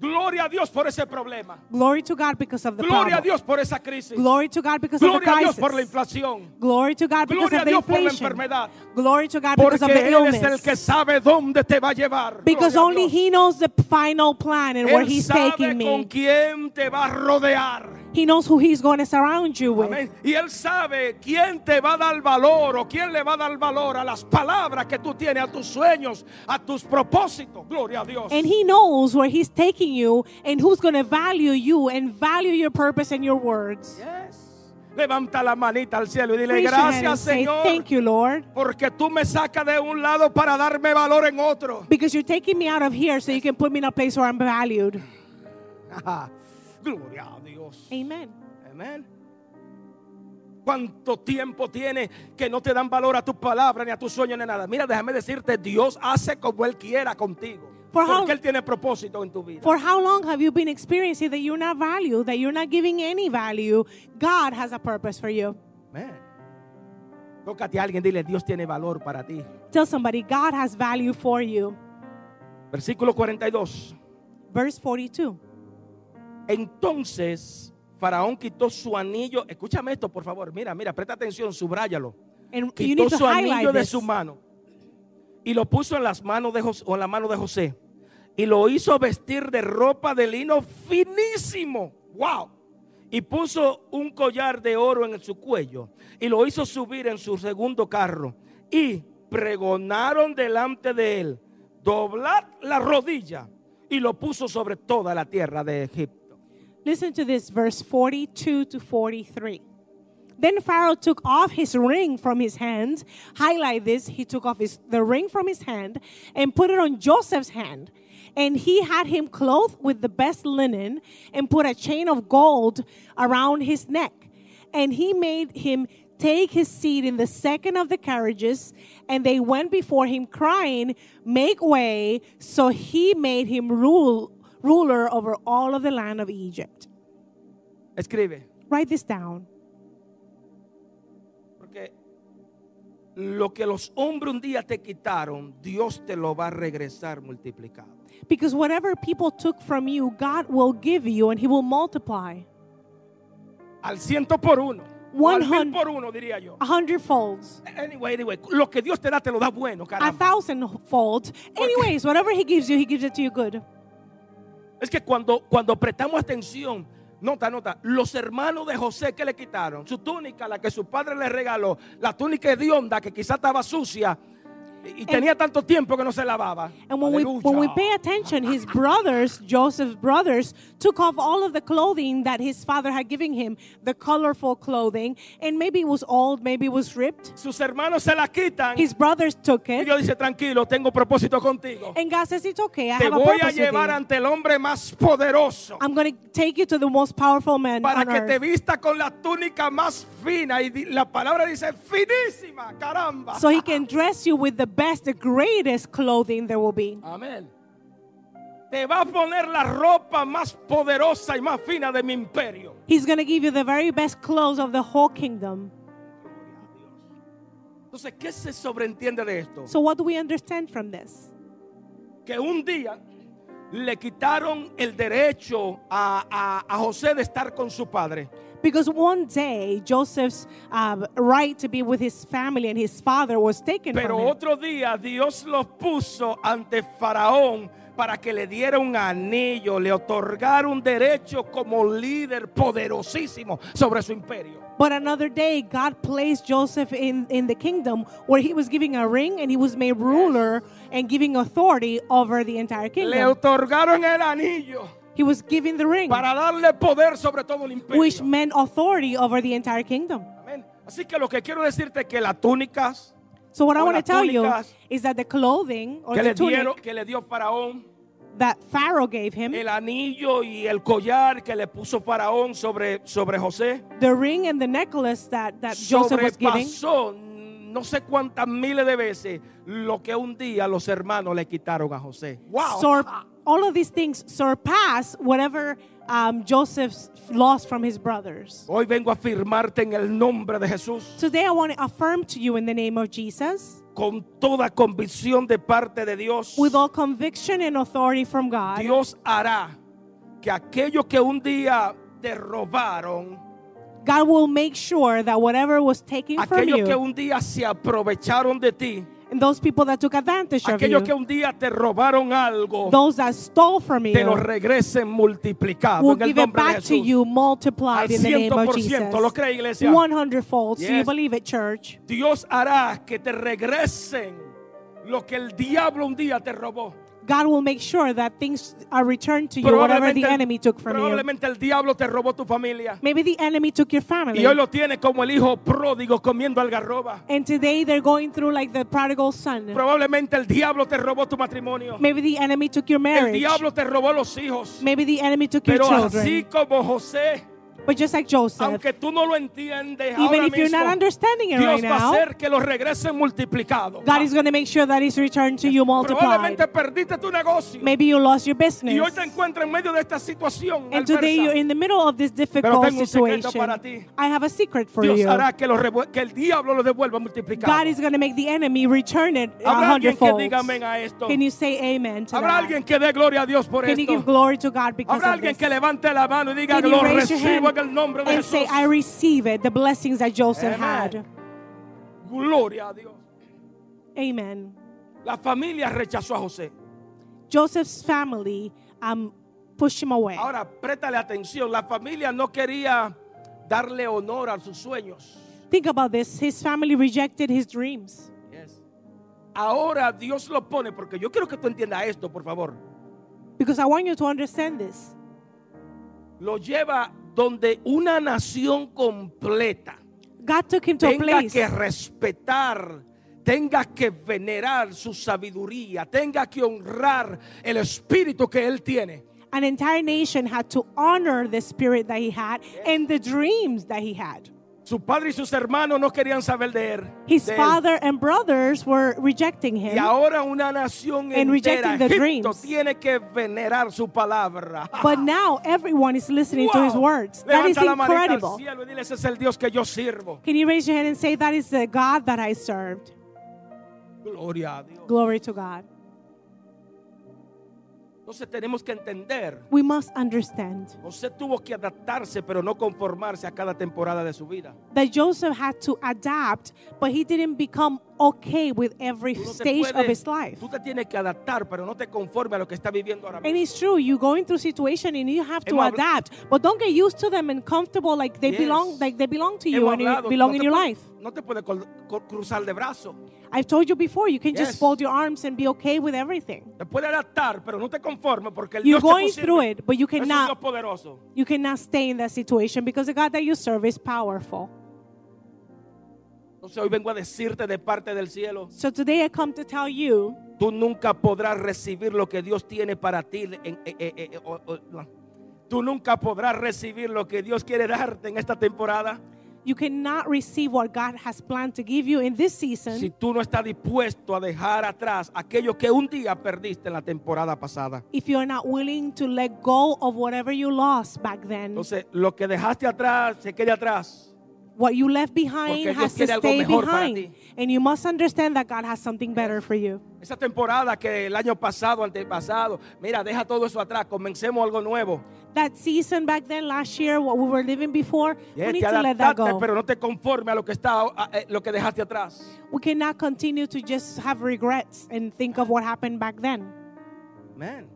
B: Gloria a Dios por ese problema.
A: Glory to God because of the
B: Gloria a
A: problem.
B: Dios por esa crisis.
A: Glory to God because of the
B: Gloria a Dios
A: crisis.
B: por la inflación.
A: Glory to God because
B: Gloria a
A: of the
B: Dios por la
A: inflation.
B: enfermedad.
A: Glory to God because
B: Porque
A: of the
B: él es el
A: illness.
B: que sabe dónde te va a llevar.
A: because
B: Gloria a
A: only
B: Dios.
A: He knows the final plan and where
B: él
A: He's
B: sabe
A: taking
B: con
A: me.
B: quién te va a rodear.
A: He knows who He's going to surround you with.
B: Amén. Y él sabe quién te va a dar valor o quién le va a dar valor a las palabras que tú tienes, a tus sueños, a tus propósitos. Gloria a Dios.
A: And He knows where He's taking you and who's going to value you and value your purpose and your words.
B: Yes. Levanta la manita al cielo y dile
A: Raise your hand and
B: gracias
A: say,
B: Señor
A: Thank you, Lord.
B: porque tú me sacas de un lado para darme valor en otro. <laughs>
A: Because you're taking me out of here so you can put me in a place where I'm valued.
B: Mm. Ajá. Gloria a Dios.
A: Amen.
B: Amén. ¿Cuánto tiempo tiene que no te dan valor a tus palabras, ni a tus sueños, ni nada? Mira, déjame decirte, Dios hace como Él quiera contigo.
A: For how-
B: porque Él tiene propósito en tu vida.
A: For how long have you been experiencing that you're not valued, that you're not giving any value? God has a purpose for you.
B: Amén. Tócate a alguien, dile, Dios tiene valor para ti.
A: Tell somebody, God has value for you.
B: Versículo 42.
A: Verse 42.
B: Entonces, Faraón quitó su anillo. Escúchame esto, por favor. Mira, mira, presta atención, subráyalo.
A: And you
B: quitó
A: need to
B: su anillo
A: highlight
B: de
A: this.
B: su mano y lo puso en las manos de José, o en la mano de José y lo hizo vestir de ropa de lino finísimo. Wow. y puso un collar de oro en su cuello y lo hizo subir en su segundo carro y pregonaron delante de él, doblad la rodilla y lo puso sobre toda la tierra de Egipto.
A: Listen to this, verse 42 to 43. Then Pharaoh took off his ring from his hand. Highlight this. He took off his, the ring from his hand and put it on Joseph's hand. And he had him clothed with the best linen and put a chain of gold around his neck. And he made him take his seat in the second of the carriages. And they went before him crying, Make way. So he made him rule, ruler over all of the land of Egypt.
B: Escribe,
A: Write this down.
B: porque lo que los hombres un día te quitaron, Dios te lo va a regresar multiplicado.
A: Because whatever people took from you, God will give you and He will multiply
B: Al ciento por uno. o al mil
A: 100.
B: por uno, diría yo.
A: a hundredfold,
B: Anyway, anyway, lo que Dios te da, te lo da bueno,
A: a
B: caramba.
A: thousandfold. Anyways, whatever He gives you, He gives it to you good.
B: Es que cuando, cuando prestamos atención, nota, nota, los hermanos de José que le quitaron, su túnica, la que su padre le regaló, la túnica hedionda que quizá estaba sucia y, y tenía tanto tiempo que no se lavaba.
A: And when we, when we
B: Aleluya.
A: pay attention, his brothers, Joseph's brothers, took off all of the clothing that his father had given him, the colorful clothing, and maybe it was old, maybe it was ripped.
B: Sus hermanos se la quitan
A: His brothers took
B: y
A: it,
B: Dios dice, tranquilo, tengo propósito contigo.
A: and God says, It's okay, I
B: Te
A: have a
B: voy a
A: purpose. with
B: llevar
A: you.
B: ante el hombre más poderoso
A: I'm going to take you to the most powerful man
B: para
A: on
B: que te
A: earth.
B: vista con la túnica más fina. Y di- la palabra dice, finísima, caramba.
A: so he can dress you with the best, the greatest clothing there will be.
B: Amén. Te va a poner la ropa más poderosa y más fina de mi imperio.
A: He's going to give you the very best clothes of the whole kingdom.
B: Entonces, ¿qué se sobreentiende de esto?
A: So, what do we understand from this?
B: Que un día le quitaron el derecho a, a- a José de estar con su padre.
A: Because one day Joseph's uh, right to be with his family and his father was taken
B: Pero
A: from him.
B: otro día Dios los puso ante Faraón para que le diera un anillo, le otorgara un derecho como líder poderosísimo sobre su imperio.
A: But another day, God placed Joseph in, in the kingdom where he was giving a ring and he was made ruler and giving authority over the entire
B: Le
A: kingdom.
B: otorgaron el anillo
A: He was given the ring,
B: para darle poder sobre todo el imperio.
A: which meant authority over the entire kingdom.
B: Amén. Así que lo que quiero decirte es que las túnicas
A: So what I
B: O
A: want to
B: las
A: tell you
B: túnicas
A: is that the clothing or
B: que
A: the
B: le,
A: tunic
B: dieron, que le dio Faraón,
A: that Pharaoh gave him,
B: el anillo y el collar que le puso Faraón sobre, sobre José,
A: the ring and the necklace that, that Joseph was giving,
B: sobrepasó no sé cuántas miles de veces lo que un día los hermanos le quitaron a José. ¡Wow!
A: sur- all of these things surpass whatever um, Joseph's lost from his brothers.
B: Hoy vengo a afirmarte en el nombre de Jesús
A: Today I want to affirm to you in the name of Jesus,
B: con toda convicción de parte de Dios.
A: with all conviction and authority from God,
B: Dios hará que aquello que un día te robaron,
A: God will make sure that whatever was taken from
B: aquellos que
A: you,
B: un día se aprovecharon de ti,
A: and those people that took advantage of
B: aquellos que
A: you,
B: un día te robaron algo,
A: those that stole from
B: te lo
A: you,
B: regresen multiplicado
A: will
B: en el
A: give it
B: nombre de
A: back to
B: Jesús.
A: you multiplied
B: Al
A: in the name of
B: 100%.
A: Jesus.
B: ¿Lo cree, iglesia?
A: 100 fold. So you
B: Yes.
A: believe it, church.
B: Dios hará que te regresen lo que el diablo un día te robó.
A: God will make sure that things are returned to you, whatever the
B: el-
A: enemy took from you.
B: probablemente el diablo te robó tu familia.
A: Maybe the enemy took your family.
B: Y hoy lo tienes como el hijo pródigo comiendo algarroba.
A: And today they're going through like the prodigal son.
B: Probablemente el diablo te robó tu matrimonio.
A: Maybe the enemy took your
B: El
A: marriage.
B: diablo te robó los hijos.
A: Maybe the enemy took your
B: Pero
A: children.
B: así como José,
A: But just like Joseph,
B: aunque tú no lo entiendes
A: even
B: ahora
A: if you're not
B: mismo,
A: understanding it right
B: Dios va a
A: now,
B: hacer que lo regresen multiplicado.
A: God is going to make sure that it's returned to you multiplied.
B: Probablemente perdiste tu negocio.
A: Maybe you lost your
B: Y hoy
A: business.
B: te encuentras en medio de esta situación.
A: And today
B: adversa.
A: you're in the middle of this
B: Pero
A: difficult
B: tengo un secreto
A: situation.
B: para ti.
A: I have a secret for
B: Dios
A: you.
B: hará que, lo revu- que el diablo lo devuelva multiplicado.
A: God is going to make the enemy return it a
B: Habrá alguien que
A: hundredfold.
B: diga amén a esto.
A: Can you say amen to
B: Habrá
A: that?
B: alguien que dé gloria a Dios por
A: Can you give
B: esto.
A: glory to God because
B: Habrá
A: of
B: alguien
A: this?
B: que levante la mano y diga
A: Can you
B: lo
A: raise your
B: recibo
A: hand
B: en el nombre de
A: and
B: Jesús.
A: say, I receive it, the blessings that Joseph
B: Amen.
A: had.
B: Gloria a Dios.
A: Amen.
B: La familia rechazó a José.
A: Joseph's family um, push him away.
B: Ahora, préstale atención. La familia no quería darle honor a sus sueños.
A: Think about this. His family rejected his dreams.
B: Ahora Dios lo pone, porque yo quiero que tú entiendas esto, por favor.
A: Because I want you to understand this.
B: Lo lleva donde una nación completa
A: God took him to a
B: tenga
A: place
B: que respetar, tenga que venerar su sabiduría, tenga que honrar el espíritu que él tiene.
A: an entire nation had to honor the spirit that he had and the dreams that he had.
B: Su padre y sus hermanos no querían saber de él.
A: His
B: de él.
A: father and brothers were rejecting
B: Y
A: him.
B: ahora una nación
A: And
B: entera,
A: rejecting the
B: Egipto,
A: dreams.
B: tiene que venerar su palabra.
A: But now everyone is listening to his
B: Wow.
A: words. That is
B: Levanta la manita al
A: incredible.
B: cielo y dile, ese es el Dios que yo sirvo.
A: Can you raise your hand and say, That is the God that I served?
B: Gloria a Dios.
A: Glory to God.
B: Entonces tenemos que entender.
A: We must understand
B: José tuvo que adaptarse, pero no conformarse a cada temporada de su vida.
A: that Joseph had to adapt, but he didn't become okay with every
B: Tú no te
A: stage of
B: puedes-
A: his life.
B: Tú te tienes que adaptar, pero no te conformes a lo que está viviendo ahora
A: And
B: mismo.
A: it's true, you're going through situation and you have to
B: Hemos habl-
A: adapt, but don't get used to them and comfortable like they
B: Yes.
A: belong, like they belong to you
B: Hemos
A: and you
B: hablado,
A: belong
B: no
A: in
B: te
A: your
B: pu-
A: life.
B: No te puedes col- co- cruzar de brazo.
A: I've told you before, you can
B: Yes.
A: just fold your arms and be okay with everything.
B: Te puedes adaptar, pero no te conformes porque el
A: You're
B: Dios que
A: going
B: tú sirves
A: through it, but you
B: es un Dios
A: cannot,
B: poderoso.
A: you cannot stay in that situation because the God that you serve is powerful.
B: Entonces hoy vengo a decirte de parte del cielo,
A: So today I come to tell you
B: tú nunca podrás recibir lo que Dios tiene para ti. en- eh, eh, eh, o- o- no. Tú nunca podrás recibir lo que Dios quiere darte en esta temporada
A: you cannot receive what God has planned to give you in this season
B: si tú no estás dispuesto a dejar atrás aquello que un día perdiste en la temporada pasada.
A: if you're not willing to let go of whatever you lost back then.
B: Entonces, lo que dejaste atrás se quede atrás.
A: What you left
B: Porque
A: behind
B: Dios
A: has to
B: quiere algo
A: stay
B: mejor para
A: behind.
B: ti.
A: And you must understand that God has something better for you.
B: Esa temporada que el año pasado, antepasado, mira, deja todo eso atrás, comencemos algo nuevo.
A: That season back then, last year, what we were living before,
B: Yes,
A: we need
B: te
A: to let that
B: adaptaste,
A: go.
B: pero no te conforme a lo que está, a- eh, lo que dejaste atrás.
A: We cannot continue to just have regrets and think of what happened back then.
B: Amén.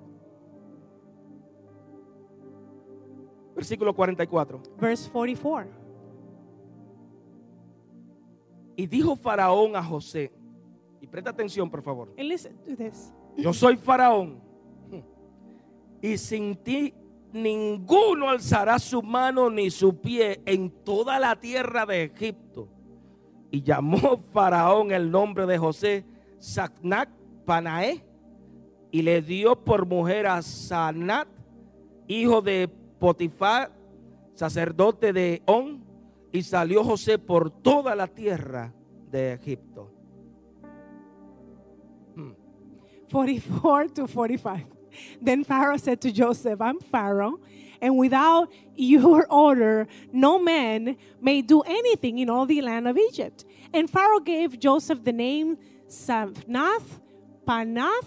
B: Versículo 44.
A: Verse 44.
B: Y dijo Faraón a José, y presta atención por favor,
A: And listen to this.
B: yo soy Faraón, y sin ti ninguno alzará su mano ni su pie en toda la tierra de Egipto. Y llamó Faraón el nombre de José Sacnac Panaé, y le dio por mujer a Sanat, hijo de Potifar, sacerdote de On, y salió José por toda la tierra de Egipto.
A: 44 to 45. Then Pharaoh said to Joseph, I'm Pharaoh, and without your <laughs> order, no man may do anything in all the land of Egypt. And Pharaoh gave Joseph the name Savnath Panath,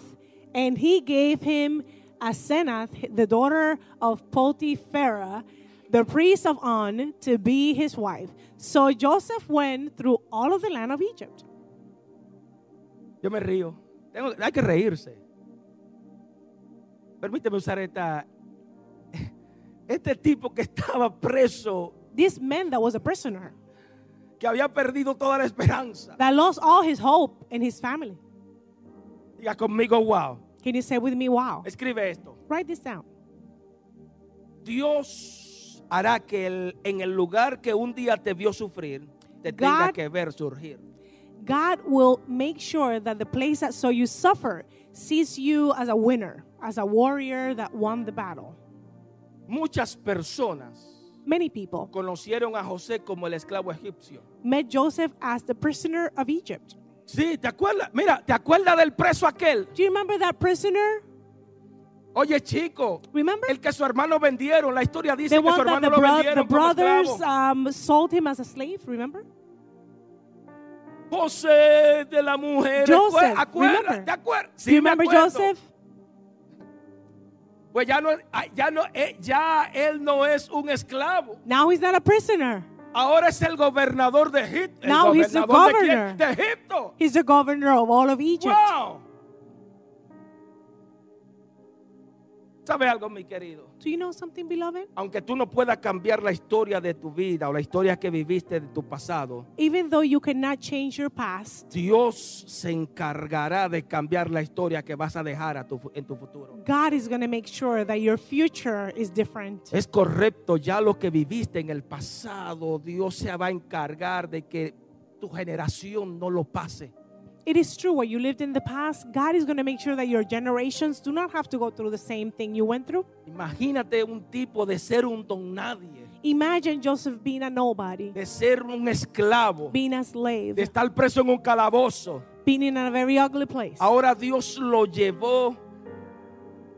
A: and he gave him Asenath, the daughter of Potipharah, the priest of On, to be his wife. So Joseph went through all of the land of Egypt.
B: Yo me río. Tengo- hay que reírse. Permíteme usar esta. <laughs> Este tipo que estaba preso,
A: This man that was a prisoner.
B: que había perdido toda la esperanza.
A: that lost all his hope and his family.
B: Diga conmigo, wow.
A: Can you say with me, wow?
B: Escribe esto.
A: Write this down.
B: Dios hará que el- en el lugar que un día te vio sufrir, te tenga
A: God-
B: que ver surgir.
A: God will make sure that the place that saw you suffer sees you as a winner, as a warrior that won the battle.
B: Muchas personas
A: Many people
B: conocieron a José como el esclavo egipcio.
A: met Joseph as the prisoner of Egypt.
B: Sí, ¿te acuerdas? Mira, ¿te acuerdas del preso aquel?
A: Do you remember that prisoner?
B: Oye, chico,
A: Remember?
B: El que su hermano vendieron, la historia dice
A: The
B: que su
A: one that
B: hermano
A: the,
B: lo
A: bro- the
B: vendieron como
A: brothers
B: esclavo.
A: um, sold him as a slave, remember?
B: José de la mujer.
A: uh, Joseph,
B: ¿te acuerdas?
A: remember?
B: ¿Te acuerdas? Sí,
A: Do you
B: me
A: remember
B: acuerdo.
A: Joseph?
B: Pues ya no, ah, ya no, eh, ya él no es un esclavo.
A: Now he's not a prisoner.
B: Ahora es el gobernador de Egipto.
A: Now
B: el
A: he's the
B: gobernador de, quién?
A: governor.
B: de Egipto.
A: He's the governor of all of Egypt.
B: Wow. ¿Sabes algo, mi querido?
A: Do you know something, beloved?
B: Aunque tú no puedas cambiar la historia de tu vida o la historia que viviste de tu pasado,
A: Even though you cannot change your past,
B: Dios se encargará de cambiar la historia que vas a dejar a tu fu- en tu futuro.
A: God is going to make sure that your future is different.
B: Es correcto, ya lo que viviste en el pasado, Dios se va a encargar de que tu generación no lo pase.
A: It is true what you lived in the past, God is going to make sure that your generations do not have to go through the same thing you went through.
B: Imagínate un tipo de ser un don nadie,
A: Imagine Joseph being a nobody,
B: de ser un esclavo,
A: being a slave,
B: de estar preso en un calabozo.
A: being in a very ugly place.
B: Ahora Dios lo llevó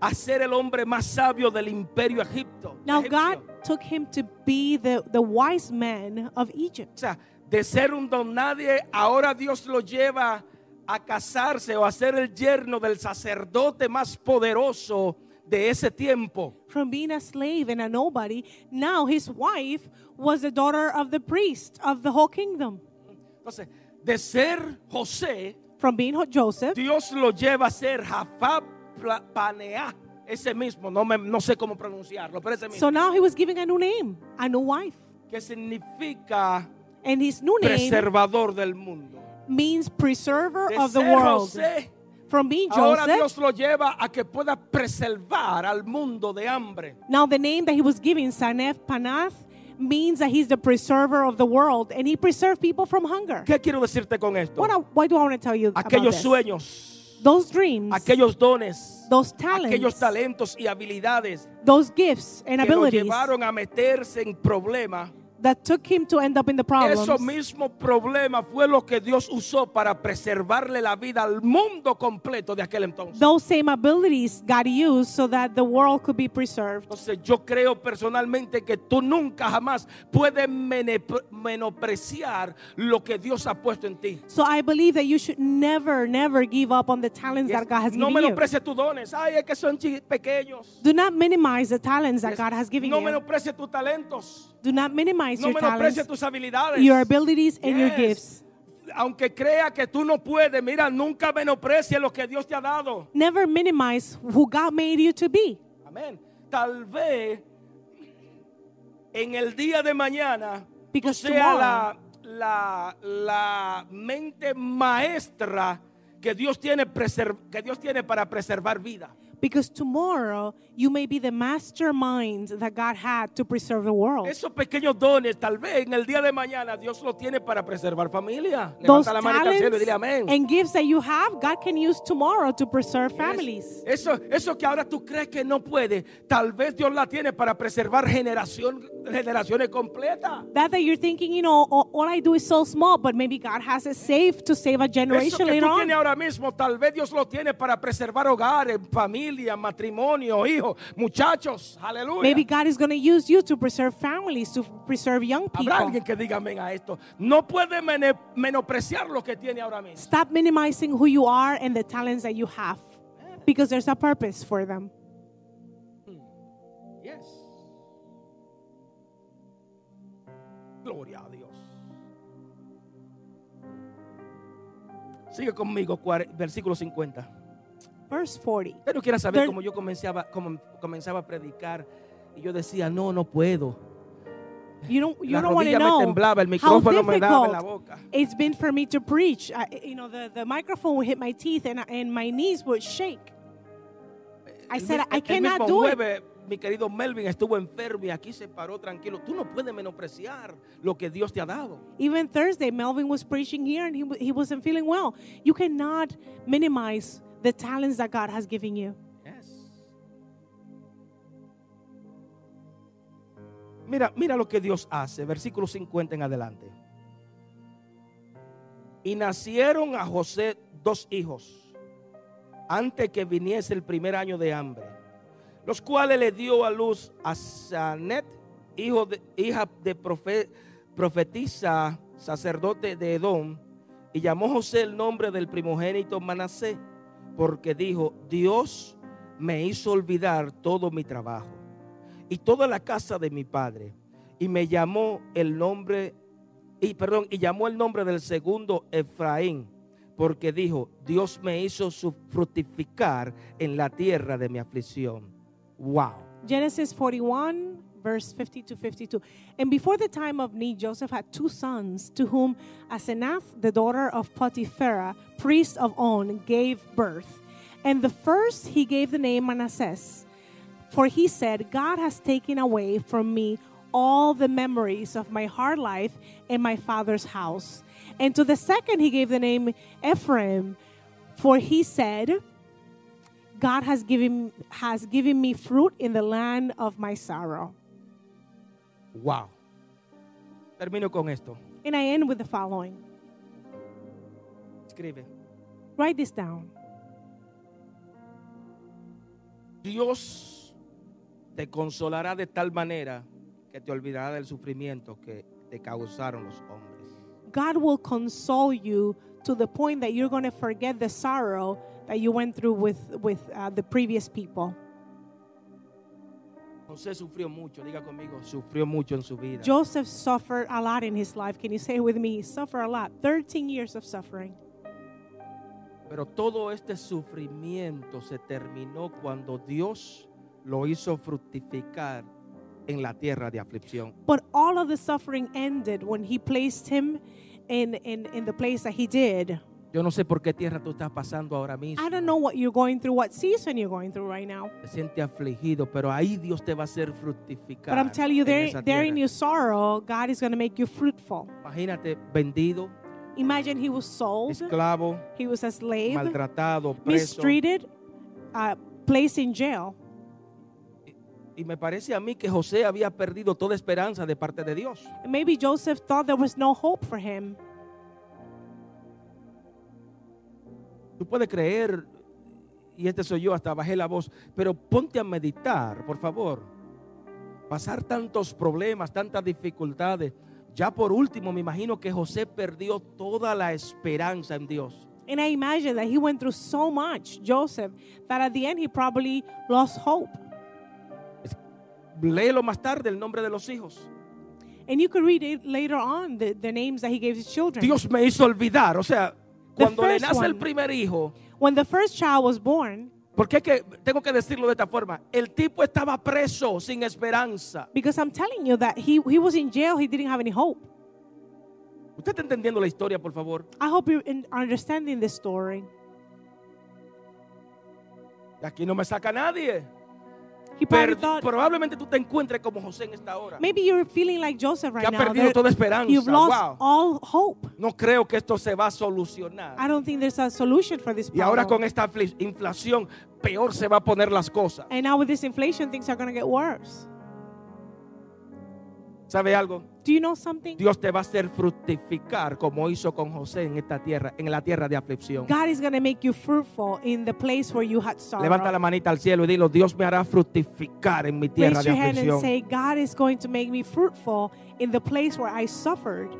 B: a ser el hombre más sabio del imperio egipto.
A: Now
B: egipcio.
A: God took him to be the, the wise man of Egypt.
B: O sea, de ser un don nadie, ahora Dios lo lleva a casarse o a ser el yerno del sacerdote más poderoso de ese tiempo.
A: From being a slave and a nobody, now his wife was the daughter of the priest of the whole kingdom.
B: Entonces, de ser José,
A: From being Ho- Joseph,
B: Dios lo lleva a ser Jafá Pla- Paneá, ese mismo, no, me- no sé cómo pronunciarlo, pero ese mismo,
A: so now he was giving a new name, a new wife.
B: que significa
A: And his new name
B: preservador del mundo.
A: means preserver
B: De
A: of the
B: ser
A: world.
B: José,
A: From being
B: ahora Dios
A: Joseph,
B: lo lleva a que pueda preservar al mundo de hambre.
A: now the name that he was giving, Sanef Panath, means that he's the preserver of the world and he preserved people from hunger.
B: ¿Qué quiero decirte con esto?
A: What I, why do I want to tell you about
B: aquellos
A: this?
B: sueños,
A: Those dreams,
B: aquellos dones,
A: those talents,
B: aquellos talentos y habilidades
A: those gifts and
B: que lo
A: abilities
B: llevaron a meterse en problemas.
A: that took him to end up in the problems.
B: Eso mismo problema fue lo que Dios usó para preservarle la vida al mundo completo de aquel entonces.
A: Those same abilities got used so that the world could be preserved.
B: Entonces yo creo personalmente que tú nunca jamás puedes menep- menospreciar lo que Dios ha puesto en ti.
A: So I believe that you should never, never give up on the talents that God has
B: No
A: given you.
B: menosprecies tus dones. Ay, es que son chi- pequeños.
A: Do not minimize the talents that God has given
B: No
A: you.
B: menosprecies tus talentos.
A: Do not minimize
B: No
A: your
B: menosprecies
A: talents,
B: tus habilidades.
A: your abilities, and your
B: Yes.
A: gifts.
B: Aunque crea que tú no puedes, mira, nunca menosprecies lo que Dios te ha dado.
A: Never minimize who God made you to be.
B: Amén. Tal vez en el día de mañana tú
A: Because
B: sea la, la, la mente maestra que Dios, tiene preser- que Dios tiene para preservar vida.
A: Because tomorrow you may be the mastermind that God had to preserve the world.
B: Esos pequeños dones, tal vez en el día de mañana Dios lo tiene para preservar familia.
A: Those
B: Levanta la mano al cielo y dile amén.
A: talents and gifts that you have, God can use tomorrow to preserve families.
B: Eso, eso que ahora tú crees que no puede, tal vez Dios la tiene para preservar generación, generaciones completas.
A: That that you're thinking, you know, all, all I do is so small, but maybe God has it saved to save a
B: Eso
A: generation
B: que
A: later
B: tú tienes
A: on.
B: ahora mismo, tal vez Dios lo tiene para preservar hogares, familia, matrimonio, hijos, muchachos. Aleluya.
A: Maybe God is going to use you to preserve families, to preserve young
B: Habrá
A: people.
B: alguien que diga amén a esto. No puede mene- menospreciar lo que tiene ahora mismo.
A: Stop minimizing who you are and the talents that you have because there's a purpose for them.
B: Yes. Gloria a Dios. Sigue conmigo, cuare- versículo 50.
A: Verse 40.
B: Usted no quiera saber
A: Del-
B: cómo yo comenzaba, cómo comenzaba a predicar y yo decía, no, no puedo.
A: You don't you
B: La
A: don't want to
B: rodilla me
A: know
B: temblaba, el
A: how
B: micrófono me daba en la
A: difficult
B: boca.
A: it's been for me to preach. I, you know, the, the microphone would hit my teeth and, I- and my knees would shake. I
B: El
A: said,
B: mi-
A: I
B: el
A: cannot
B: mismo
A: do it.
B: jueves, Mi querido Melvin estuvo enfermo y aquí se paró tranquilo. Tú no puedes menospreciar lo que Dios te ha dado.
A: Even Thursday, Melvin was preaching here and he, wa- he wasn't feeling well. You cannot minimize the talents that God has given you.
B: Yes. Mira, mira lo que Dios hace, versículo 50 en adelante. Y nacieron a José dos hijos antes que viniese el primer año de hambre, los cuales le dio a luz a Sanet, hijo de, hija de profe- profetisa, sacerdote de Edom, y llamó José el nombre del primogénito Manasé, porque dijo, Dios me hizo olvidar todo mi trabajo y toda la casa de mi padre, y me llamó el nombre, y perdón, y llamó el nombre del segundo Efraín, porque dijo, Dios me hizo su- fructificar en la tierra de mi aflicción. Wow.
A: Genesis 41, verse 50 to 52. And before the time of need, Joseph had two sons, to whom Asenaph, the daughter of Potipharah, priest of On, gave birth. And the first he gave the name Manasseh, for he said, God has taken away from me all the memories of my hard life and my father's house. And to the second he gave the name Ephraim, for he said, God has given has given me fruit in the land of my sorrow.
B: Wow. Termino con esto.
A: And I end with the following.
B: Escribe.
A: Write this down.
B: Dios te consolará de tal manera que te olvidará del sufrimiento que te causaron los hombres.
A: God will console you to the point that you're going to forget the sorrow that you went through with with uh, the previous people.
B: José sufrió mucho, diga conmigo, sufrió mucho en su vida.
A: Joseph suffered a lot in his life. Can you say it with me? He suffered a lot. 13 years of suffering.
B: Pero todo este sufrimiento se terminó cuando Dios lo hizo fructificar en la tierra de aflicción.
A: But all of the suffering ended when he placed him in, in, in the place that he did.
B: Yo no sé por qué tierra tú estás pasando ahora mismo.
A: I don't know what you're going through, what season you're going through right now.
B: Te sientes afligido, pero ahí Dios te va a hacer fructificar.
A: But I'm telling you,
B: en
A: there,
B: esa
A: there in
B: tierra.
A: your sorrow, God is going to make you fruitful.
B: Imagínate vendido,
A: Imagine he was sold,
B: esclavo,
A: he was a slave,
B: maltratado, preso.
A: mistreated, uh, placed in jail.
B: Y me parece a mí que José había perdido toda esperanza de parte de Dios.
A: And maybe Joseph thought there was no hope for him.
B: Tú puedes creer, y este soy yo, hasta bajé la voz, pero ponte a meditar, por favor. Pasar tantos problemas, tantas dificultades. Ya por último, me imagino que José perdió toda la esperanza en Dios.
A: And I imagine that he went through so much, Joseph, that at the end he probably lost hope.
B: Léelo más tarde el nombre de los hijos.
A: And you could read it later on the, the names that he gave his children.
B: Dios me hizo olvidar, o sea, cuando le
A: first
B: nace el
A: one.
B: primer hijo,
A: When the first child was born,
B: porque es que tengo que decirlo de esta forma, el tipo estaba preso sin esperanza.
A: because I'm telling you that he, he was in jail, he didn't have any hope.
B: ¿Usted está entendiendo la historia, por favor?
A: I hope you're in, understanding this story.
B: De aquí no me saca nadie.
A: He probably
B: Perdi-
A: thought,
B: probablemente tú te encuentres como José en esta hora.
A: maybe you're feeling like Joseph
B: Que ha
A: right now.
B: perdido
A: There-
B: toda esperanza.
A: You've lost
B: Wow.
A: all hope.
B: No creo que esto se va a
A: I
B: solucionar.
A: don't think there's a solution for this
B: Y ahora
A: problem.
B: con esta afli- inflación, peor se va a poner las cosas.
A: and now with this inflation, things are going to get worse.
B: ¿Sabe algo?
A: Do you know something?
B: Dios te va a hacer fructificar como hizo con José en esta tierra, en la tierra de aflicción.
A: God is going to make you fruitful in the place where you had sorrow.
B: Levanta la manita al cielo y dilo, Dios me hará fructificar en mi tierra
A: Raise
B: de
A: your hand and
B: aflicción.
A: say, God is going to make me fruitful in the place where I suffered.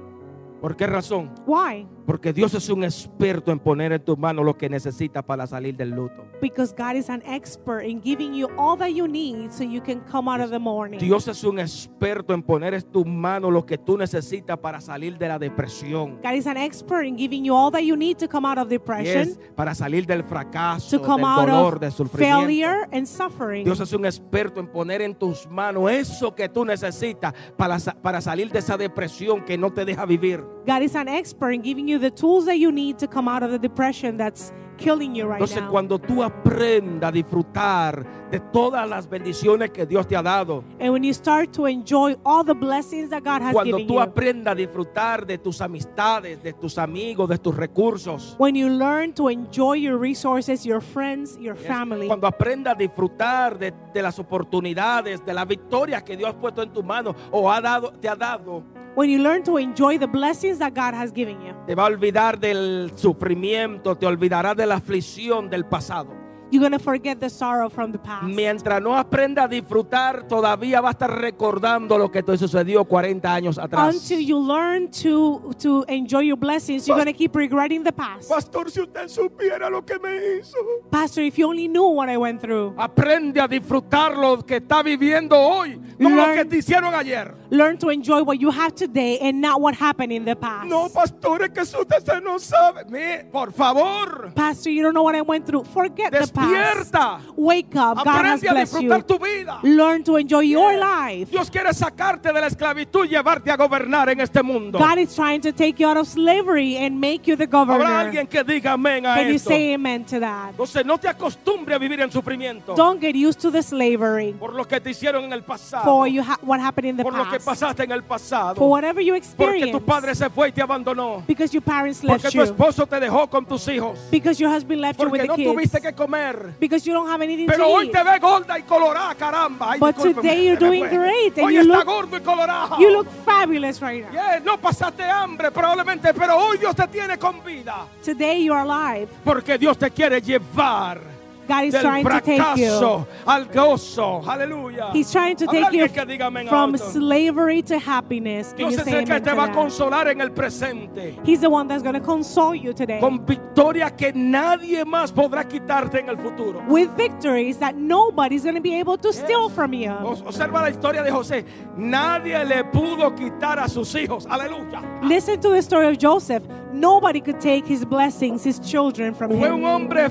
B: ¿Por qué razón?
A: Why?
B: Porque Dios es un experto en poner en tu mano lo que necesitas para salir del luto.
A: Because God is an expert in giving you all that you need so you can come out of the morning.
B: Dios es un experto en poner en tu mano lo que tú necesitas para salir de la depresión.
A: God is an expert in giving you all that you need to come out of depression,
B: Yes, para salir del
A: to
B: fracaso,
A: come
B: del
A: out
B: dolor, del
A: of
B: sufrimiento.
A: failure and suffering.
B: Dios es un experto en poner en tus manos eso que tú necesitas para, sa- para salir de esa depresión que no te deja vivir.
A: God is an expert in giving you the tools that you need to come out of the depression that's killing you right
B: Entonces
A: now.
B: cuando tú aprendas a disfrutar de todas las bendiciones que Dios te ha dado,
A: and when you start to enjoy all the blessings that God has
B: cuando
A: given
B: tú
A: you,
B: aprendas a disfrutar de tus amistades, de tus amigos, de tus recursos,
A: when you learn to enjoy your resources, your friends, your family,
B: cuando aprendas a disfrutar de, de las oportunidades, de las victorias que Dios ha puesto en tu mano o ha dado, te ha dado,
A: when you learn to enjoy the blessings that God has given you,
B: te va a olvidar del sufrimiento, te olvidarás de la aflicción del pasado.
A: you're going to forget the sorrow from the past.
B: Mientras no aprendas a disfrutar, todavía va a estar recordando lo que te sucedió 40 años atrás.
A: Until you learn to to enjoy your blessings, you're
B: Pas-
A: going to keep regretting the past.
B: Pastor, si usted supiera lo que me hizo.
A: Pastor, if you only knew what I went through.
B: Aprende a disfrutar lo que está viviendo hoy. No lo que
A: Learn-
B: te hicieron ayer.
A: Learn to enjoy what you have today and not what happened in the past.
B: No, pastores, que eso usted no sabe. Mire, por favor,
A: Pastor, you don't know what I went through. Forget the
B: Despierta.
A: past. Wake up. God has
B: aprende a
A: blessed
B: disfrutar
A: you.
B: tu vida.
A: Learn to enjoy your life.
B: Dios quiere sacarte de la esclavitud y llevarte a gobernar en este mundo.
A: God is trying to take you out of slavery and make you the governor.
B: Habrá alguien que diga amén a
A: Can you
B: esto.
A: say amen to that?
B: Entonces no te acostumbre a vivir en sufrimiento
A: Don't get used to the slavery
B: por lo que te hicieron en el pasado,
A: for you ha- what happened in the
B: por lo que
A: past.
B: pasaste en el
A: For
B: pasado,
A: whatever you
B: porque
A: experience.
B: tu padre se fue y te abandonó,
A: Because your parents
B: porque
A: left
B: tu
A: you.
B: esposo te dejó con tus hijos,
A: Because your husband left you with
B: porque
A: the
B: no tuviste
A: kids.
B: que comer.
A: Because you don't have anything
B: Pero
A: to
B: hoy
A: eat.
B: te ve gorda y colorada, caramba. Ay,
A: But
B: discúlpeme,
A: today you're
B: se me
A: doing
B: fue.
A: great and
B: Hoy
A: you
B: está
A: look-
B: gordo y colorado.
A: You look fabulous right now.
B: Yeah, no pasaste hambre probablemente, pero hoy Dios te tiene con vida.
A: Today you are alive.
B: Porque Dios te quiere llevar
A: God is
B: del
A: trying to take you.
B: fracaso al gozo. Aleluya.
A: He's trying to
B: Habrá
A: take you
B: alguien que diga amén
A: from
B: alto.
A: slavery to happiness. Can
B: Dios
A: you
B: es
A: say
B: el que
A: amen
B: te
A: to
B: va a
A: that?
B: consolar en el presente.
A: He's the one that's going to console you today
B: Con victoria que nadie más podrá quitarte en el futuro.
A: with victories that nobody's going to be able to steal from
B: O-
A: you.
B: Observa la historia de José. Nadie le pudo quitar a sus hijos. Aleluya.
A: Listen to the story of Joseph. Nobody could take his blessings, his children from
B: Fue un
A: him.
B: hombre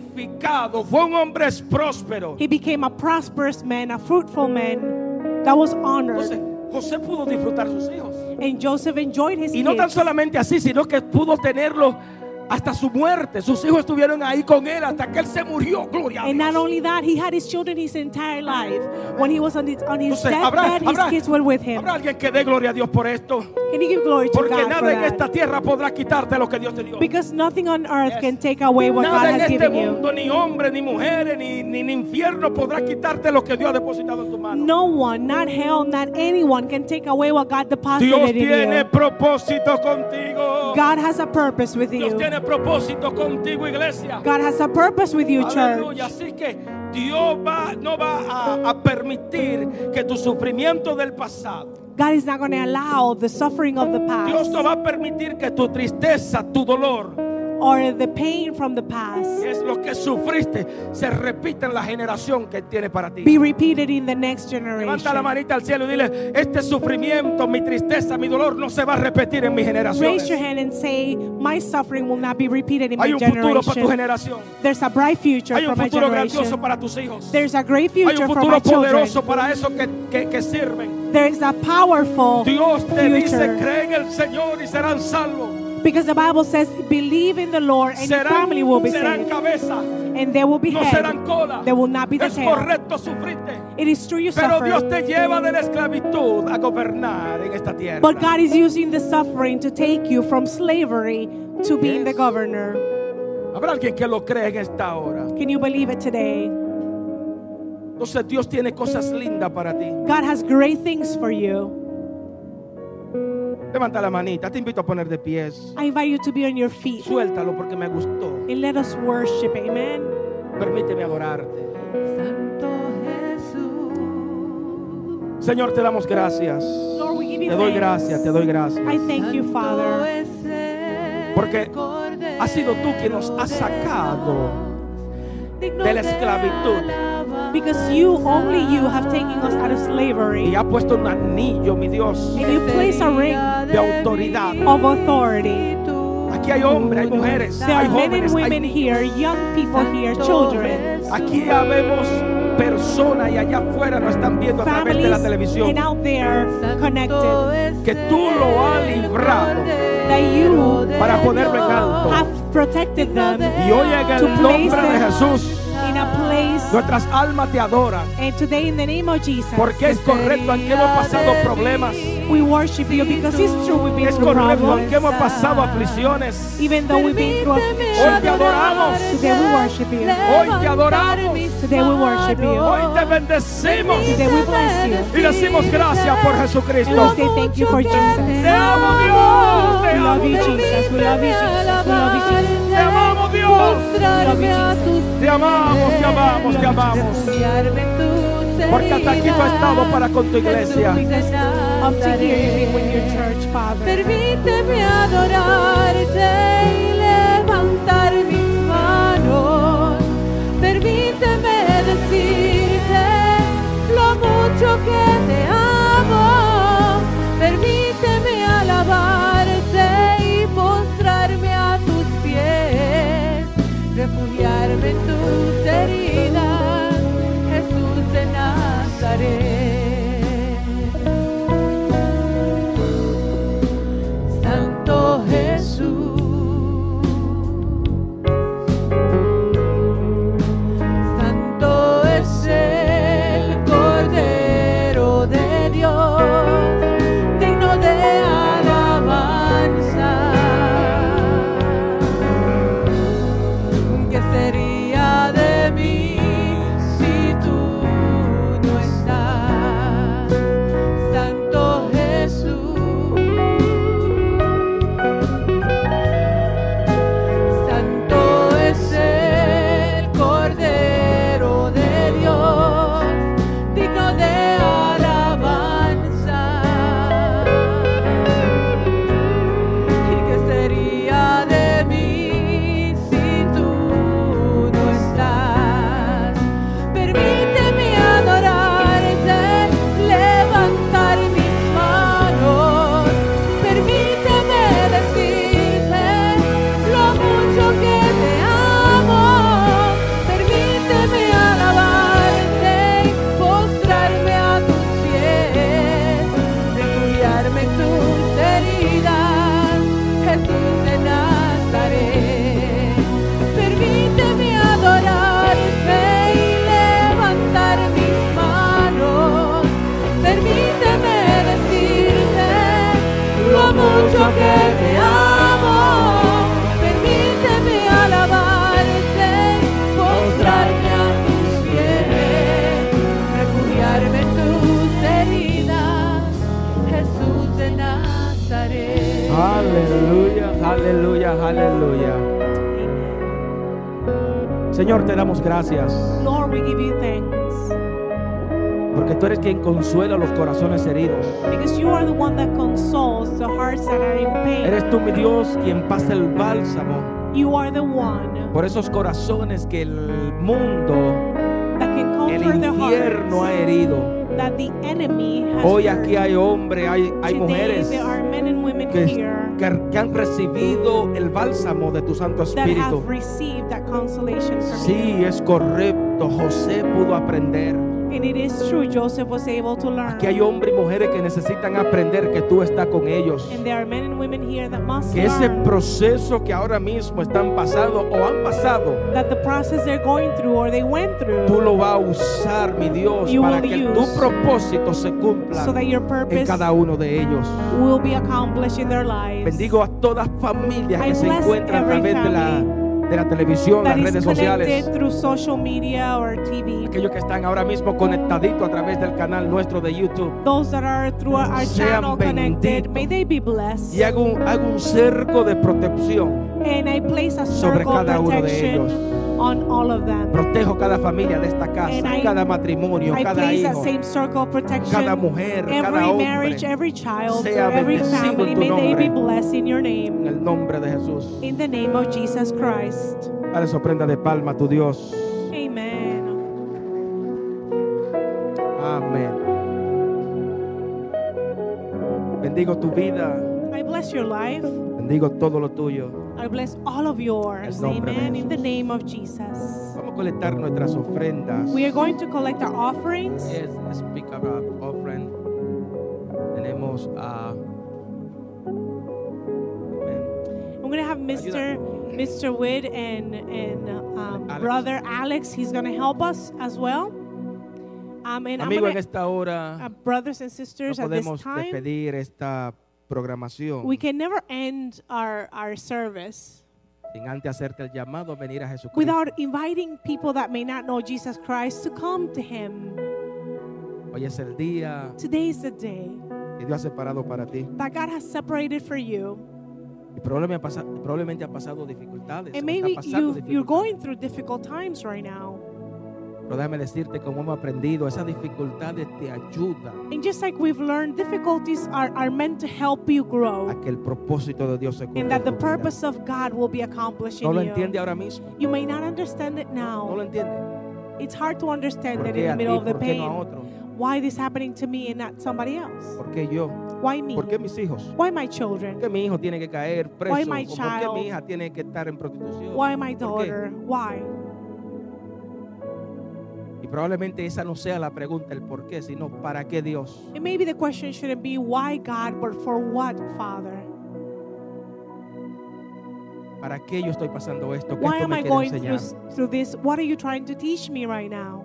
B: fructificado, fue un hombre próspero.
A: He became a prosperous man, a fruitful man that was
B: José,
A: honored.
B: José pudo disfrutar sus hijos.
A: And Joseph enjoyed his
B: Y no tan
A: kids.
B: solamente así, sino que pudo tenerlo hasta su muerte. Sus hijos estuvieron ahí con él hasta que él se murió. Gloria a
A: And not
B: Dios.
A: only that, he had his children his entire life. When he was on his, on his
B: Entonces, habrá,
A: deathbed, his
B: habrá-
A: kids were with him.
B: habrá alguien que dé gloria a Dios por esto.
A: Can you give glory to
B: Porque
A: God for
B: nada en
A: that?
B: esta tierra podrá quitarte lo que Dios te dio.
A: Because nothing on earth
B: Yes.
A: can take away what
B: Nada
A: God
B: en
A: has
B: este
A: given you.
B: mundo, ni hombre, ni mujeres, ni, ni, ni infierno podrá quitarte lo que Dios ha depositado en tu mano.
A: No one, not hell, not anyone can take away what God deposited
B: Dios
A: in
B: tiene
A: you.
B: propósito contigo.
A: God has a purpose with
B: Dios
A: you.
B: tiene propósito contigo, iglesia.
A: God has a purpose with you, church.
B: Aleluya. Así que Dios va, no va a, a permitir que tu sufrimiento del pasado,
A: God is not going to allow the suffering of the
B: Dios no
A: past
B: va a permitir que tu tristeza, tu dolor,
A: or the pain from the past
B: que es lo que sufriste, se repita en la generación que Él tiene para ti.
A: be repeated in the next
B: Levanta la
A: generation.
B: manita al cielo y dile, este sufrimiento, mi tristeza, mi dolor no se va a repetir en mi generación.
A: Raise your hand and say, My suffering will not be repeated in
B: Hay
A: my
B: un futuro para tu
A: generation.
B: generación.
A: There's a bright future
B: Hay
A: for
B: un
A: my
B: futuro grandioso
A: generation.
B: para tus hijos.
A: There's a great
B: Hay un
A: future for my
B: futuro poderoso
A: children.
B: para esos que, que- que sirven.
A: There is a powerful
B: Dios te dice,
A: future.
B: cree en el Señor y serán salvos.
A: Because the Bible says, believe in the Lord and your
B: Serán,
A: family will be
B: serán
A: saved.
B: cabeza,
A: And there will be
B: no
A: head.
B: serán cola.
A: There will not be the
B: Es
A: tail.
B: correcto, sufriste.
A: It is true you
B: Pero Dios
A: suffer.
B: te lleva de la esclavitud a gobernar en esta tierra.
A: But God is using the suffering to take you from slavery to being the
B: Yes.
A: governor.
B: Habrá alguien que lo cree en esta hora.
A: Can you believe it today?
B: Entonces Dios tiene cosas lindas para ti.
A: God has great things for you.
B: Levanta la manita, te invito a poner de pies.
A: I invite you to be on your feet
B: Suéltalo porque me gustó.
A: and let us worship. Amen.
B: Permíteme adorarte.
C: Santo Jesús.
B: Señor, te damos gracias.
A: Lord, we give you
B: Te doy
A: thanks.
B: gracias, te doy gracias.
A: I thank you,
C: Santo
A: Father,
C: es el
B: Porque
C: Cordero
B: has sido tú quien nos has
C: de
B: sacado
C: Dios, digno
B: de la esclavitud.
C: alabanza.
A: because you, only you, have taken us out of
B: Y
A: slavery
B: ha puesto un anillo, mi Dios.
A: and you place a ring
B: de autoridad.
A: of authority.
B: Aquí hay hombres, hay mujeres,
A: There
B: hay
A: are men
B: jóvenes,
A: and
B: hay
A: women
B: niños.
A: here, young people here, children.
B: Aquí habemos personas y allá afuera nos están viendo a través de la
A: families
B: televisión.
A: and out there connected
B: Que tú lo has librado
A: that you
B: para ponerlo en alto.
A: have protected them
B: Y hoy en
A: to
B: el
A: place
B: nombre de
A: them
B: Jesús,
A: in a place
B: nuestras almas te adoran.
A: and today in the name of Jesus
B: Porque es correcto, aunque hemos pasado problemas,
A: we worship you because it's true we've been
B: es
A: through
B: correcto, aunque hemos
A: problems
B: pasado aflicciones.
A: even though we've been through
B: Hoy te
A: affliction
B: adoramos.
A: today we worship you
B: Hoy te adoramos.
A: today we worship you
B: Hoy te bendecimos
A: today we bless you
B: y decimos gracias por
A: and we
B: Jesucristo.
A: say thank you for Jesus
B: Te amo Dios, te
A: we love
B: amo
A: you Jesus we love you Jesus we love you Jesus
B: Te amamos Dios.
C: a tus
B: Te amamos, te amamos, te amamos. Porque hasta aquí tú has estado para con tu iglesia.
A: up to here you've been with your church Father
C: Permíteme adorarte y levantar mis manos. Permíteme decirte lo mucho que que te amo. Permíteme alabarte, postrarme a tus pies, refugiarme en tus heridas, Jesús de Nazaret.
B: Aleluya, aleluya, aleluya.
A: Amen.
B: Señor, te damos gracias
A: Lord, we give you thanks
B: porque tú eres quien consuela los corazones heridos.
A: because you are the one that consoles the hearts that are in pain.
B: Eres tú, mi Dios, quien pasa el bálsamo
A: You are the one
B: por esos corazones que el mundo,
A: that can
B: el
A: comfort the
B: infierno ha
A: hearts
B: herido.
A: that the enemy has.
B: Hoy
A: hurt.
B: aquí hay hombres, hay, hay
A: Today
B: mujeres
A: there are men and women
B: que,
A: here
B: que- que han recibido el bálsamo de tu Santo
A: that have
B: Espíritu.
A: received that consolation from
B: Sí, es correcto. José pudo aprender.
A: you. And it is true, Joseph was able to learn.
B: Que hay hombres y mujeres que necesitan aprender que tú estás con ellos.
A: And there are men and women here that must
B: Que ese
A: learn
B: proceso que ahora mismo están pasando o han pasado,
A: that the process they're going through or they went through
B: tú lo vas a usar, mi Dios,
A: You
B: para
A: will
B: que
A: use
B: tu propósito se cumpla
A: so that your
B: en
A: purpose
B: cada uno de ellos.
A: will be accomplished in their lives.
B: Bendigo a todas familias
A: I
B: que se
A: bless
B: encuentran a
A: every
B: través de la, de la televisión, las
A: that is
B: redes sociales.
A: connected through social media or TV.
B: Aquellos que están ahora mismo conectaditos a través del canal nuestro de YouTube.
A: Those that are through our, our
B: Sean
A: channel connected,
B: benditos.
A: may they be blessed.
B: Y hago un, hago un cerco de protección.
A: And I place a
B: sobre
A: circle of
B: cada uno de
A: protection
B: ellos.
A: on all of them.
B: Protejo cada familia de esta
A: And
B: casa,
A: I-
B: cada matrimonio,
A: I
B: cada
A: place that
B: hijo,
A: same circle of protection.
B: cada mujer,
A: every
B: cada hombre.
A: marriage, every child,
B: sea
A: every
B: bendecido en
A: family,
B: tu
A: may they
B: nombre.
A: be blessed in your
B: En
A: name.
B: el nombre de Jesús.
A: In the name of Jesus Christ.
B: Dale sorprenda de palma a tu Dios.
A: Amen.
B: Amén. Bendigo tu vida.
A: I bless your life.
B: Bendigo todo lo tuyo.
A: I bless all of yours.
B: En el nombre de
A: Amen. In the
B: Jesús.
A: name of Jesus.
B: Vamos a colectar nuestras ofrendas.
A: We are going to collect our offerings.
B: Yes, let's pick up our offering. Tenemos a. Amén.
A: I'm gonna have Mr. Mr. Witt and and um,
B: Alex.
A: brother Alex. He's gonna help us as well. Um, and I'm
B: Amigo, en
A: gonna,
B: esta hora
A: uh, brothers and
B: no
A: sisters, at this
B: podemos
A: time,
B: despedir esta programación
A: we can never end our our service
B: sin antes hacerte el llamado a venir a Jesucristo.
A: without inviting people that may not know Jesus Christ to come to Him.
B: Hoy es el día
A: Today is the day
B: que Dios ha separado para ti.
A: that God has separated for you,
B: Y probablemente ha pasa- probablemente ha pasado dificultades.
A: and
B: o está
A: maybe
B: pasando
A: you you're
B: dificultades.
A: going through difficult times right now.
B: Pero déjame decirte, como hemos aprendido, esas dificultades te ayudan
A: And just like we've learned, difficulties are, are meant to help you grow.
B: a que el propósito de Dios se cumpla.
A: and
B: en
A: that the
B: tu vida.
A: purpose of God will be accomplished
B: no lo
A: in
B: entiende
A: you.
B: ahora mismo.
A: You may not understand it
B: No lo
A: now.
B: entiende.
A: It's hard to understand
B: ¿Por
A: that
B: qué
A: in the
B: a ti?
A: middle of the
B: ¿Por qué no a
A: pain.
B: otro?
A: Why this happening to me and not somebody else?
B: ¿Por qué yo?
A: Why me?
B: ¿Por qué mis hijos?
A: Why my
B: ¿Por
A: children?
B: qué mi hijo tiene que caer preso?
A: Why my
B: ¿O ¿Por qué mi
A: child?
B: hija tiene que estar en prostitución?
A: Why my
B: ¿Por qué?
A: daughter? Why?
B: Y probablemente esa no sea la pregunta, el por qué, sino para qué Dios.
A: And maybe the question shouldn't be why God, but for what, Father?
B: ¿Para qué yo estoy pasando esto? ¿Qué
A: Why
B: esto
A: am I
B: me quiere
A: going through,
B: enseñar?
A: s- through this? What are you trying to teach me right now?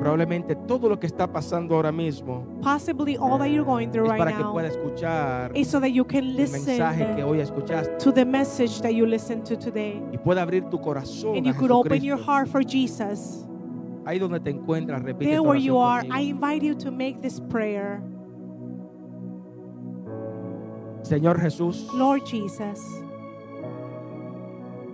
B: Probablemente todo lo que está pasando ahora mismo
A: Possibly all that you're going through
B: es
A: right
B: para que pueda
A: now
B: escuchar
A: is so that you can
B: el mensaje que
A: listen
B: hoy escuchaste
A: to the message that you listened to today.
B: y pueda abrir tu corazón.
A: and
B: a
A: you could open your
B: Oh, Jesucristo.
A: heart for Jesus.
B: Ahí donde te encuentras, repite
A: There
B: esta
A: where you are,
B: oración
A: I
B: conmigo.
A: invite you to make this prayer.
B: Señor Jesús,
A: Lord Jesus,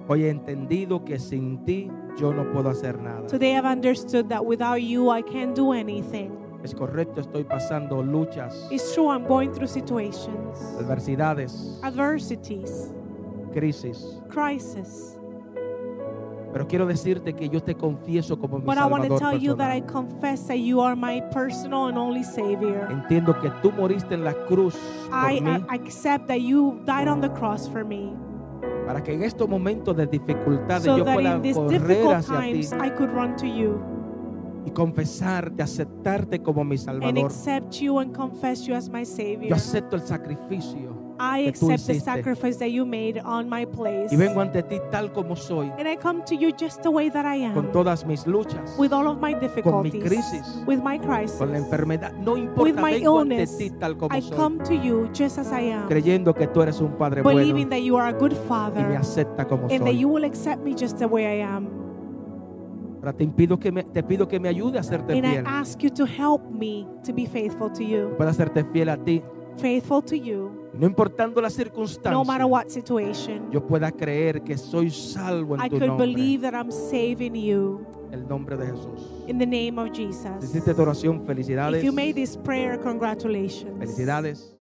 B: hoy he entendido que sin ti yo no puedo hacer nada.
A: today I've understood that without you I can't do anything.
B: Es correcto, estoy pasando luchas,
A: It's true, I'm going through situations, Ah.
B: adversidades,
A: adversities,
B: crisis.
A: crisis.
B: Pero quiero decirte que yo te confieso como mi
A: But I want to
B: Salvador
A: tell you that I
B: personal.
A: confess that you are my personal and only Savior.
B: Entiendo que tú moriste en la cruz por
A: I
B: mí
A: a- accept that you died on the cross for me
B: para que en estos momentos de dificultades
A: so
B: yo
A: that in
B: pueda
A: these
B: correr
A: difficult
B: hacia ti
A: times I could run to you
B: y confesarte, aceptarte como mi
A: and
B: Salvador.
A: accept you and confess you as my
B: Yo
A: Savior.
B: acepto el sacrificio
A: I
B: que tú
A: accept the
B: hiciste.
A: sacrifice that you made on my place.
B: Y vengo ante ti tal como soy,
A: And I come to you just the way that I
B: con
A: am,
B: todas mis luchas,
A: with all of my
B: con mi
A: difficulties,
B: crisis,
A: with my crisis.
B: con la enfermedad. No
A: With
B: importa,
A: my
B: vengo ante
A: illness,
B: ti tal como
A: I
B: soy,
A: come to you just as I am,
B: creyendo que tú eres un Padre
A: believing
B: bueno
A: that you are a good
B: y me
A: father
B: acepta como
A: and that
B: soy.
A: you will accept me just the way I am.
B: Ahora te, impido que me, te pido que me ayude a hacerte
A: And I
B: fiel,
A: ask you to help me to be faithful to you,
B: para hacerte fiel a ti,
A: faithful to you,
B: no importando las
A: no matter
B: circunstancias.
A: what situation.
B: yo pueda creer que soy salvo en
A: I
B: tu
A: could
B: nombre,
A: believe that I'm saving you
B: el nombre de Jesús.
A: in the name of Jesus.
B: Si hiciste tu oración,
A: If
B: felicidades.
A: you made this prayer, congratulations.
B: Felicidades.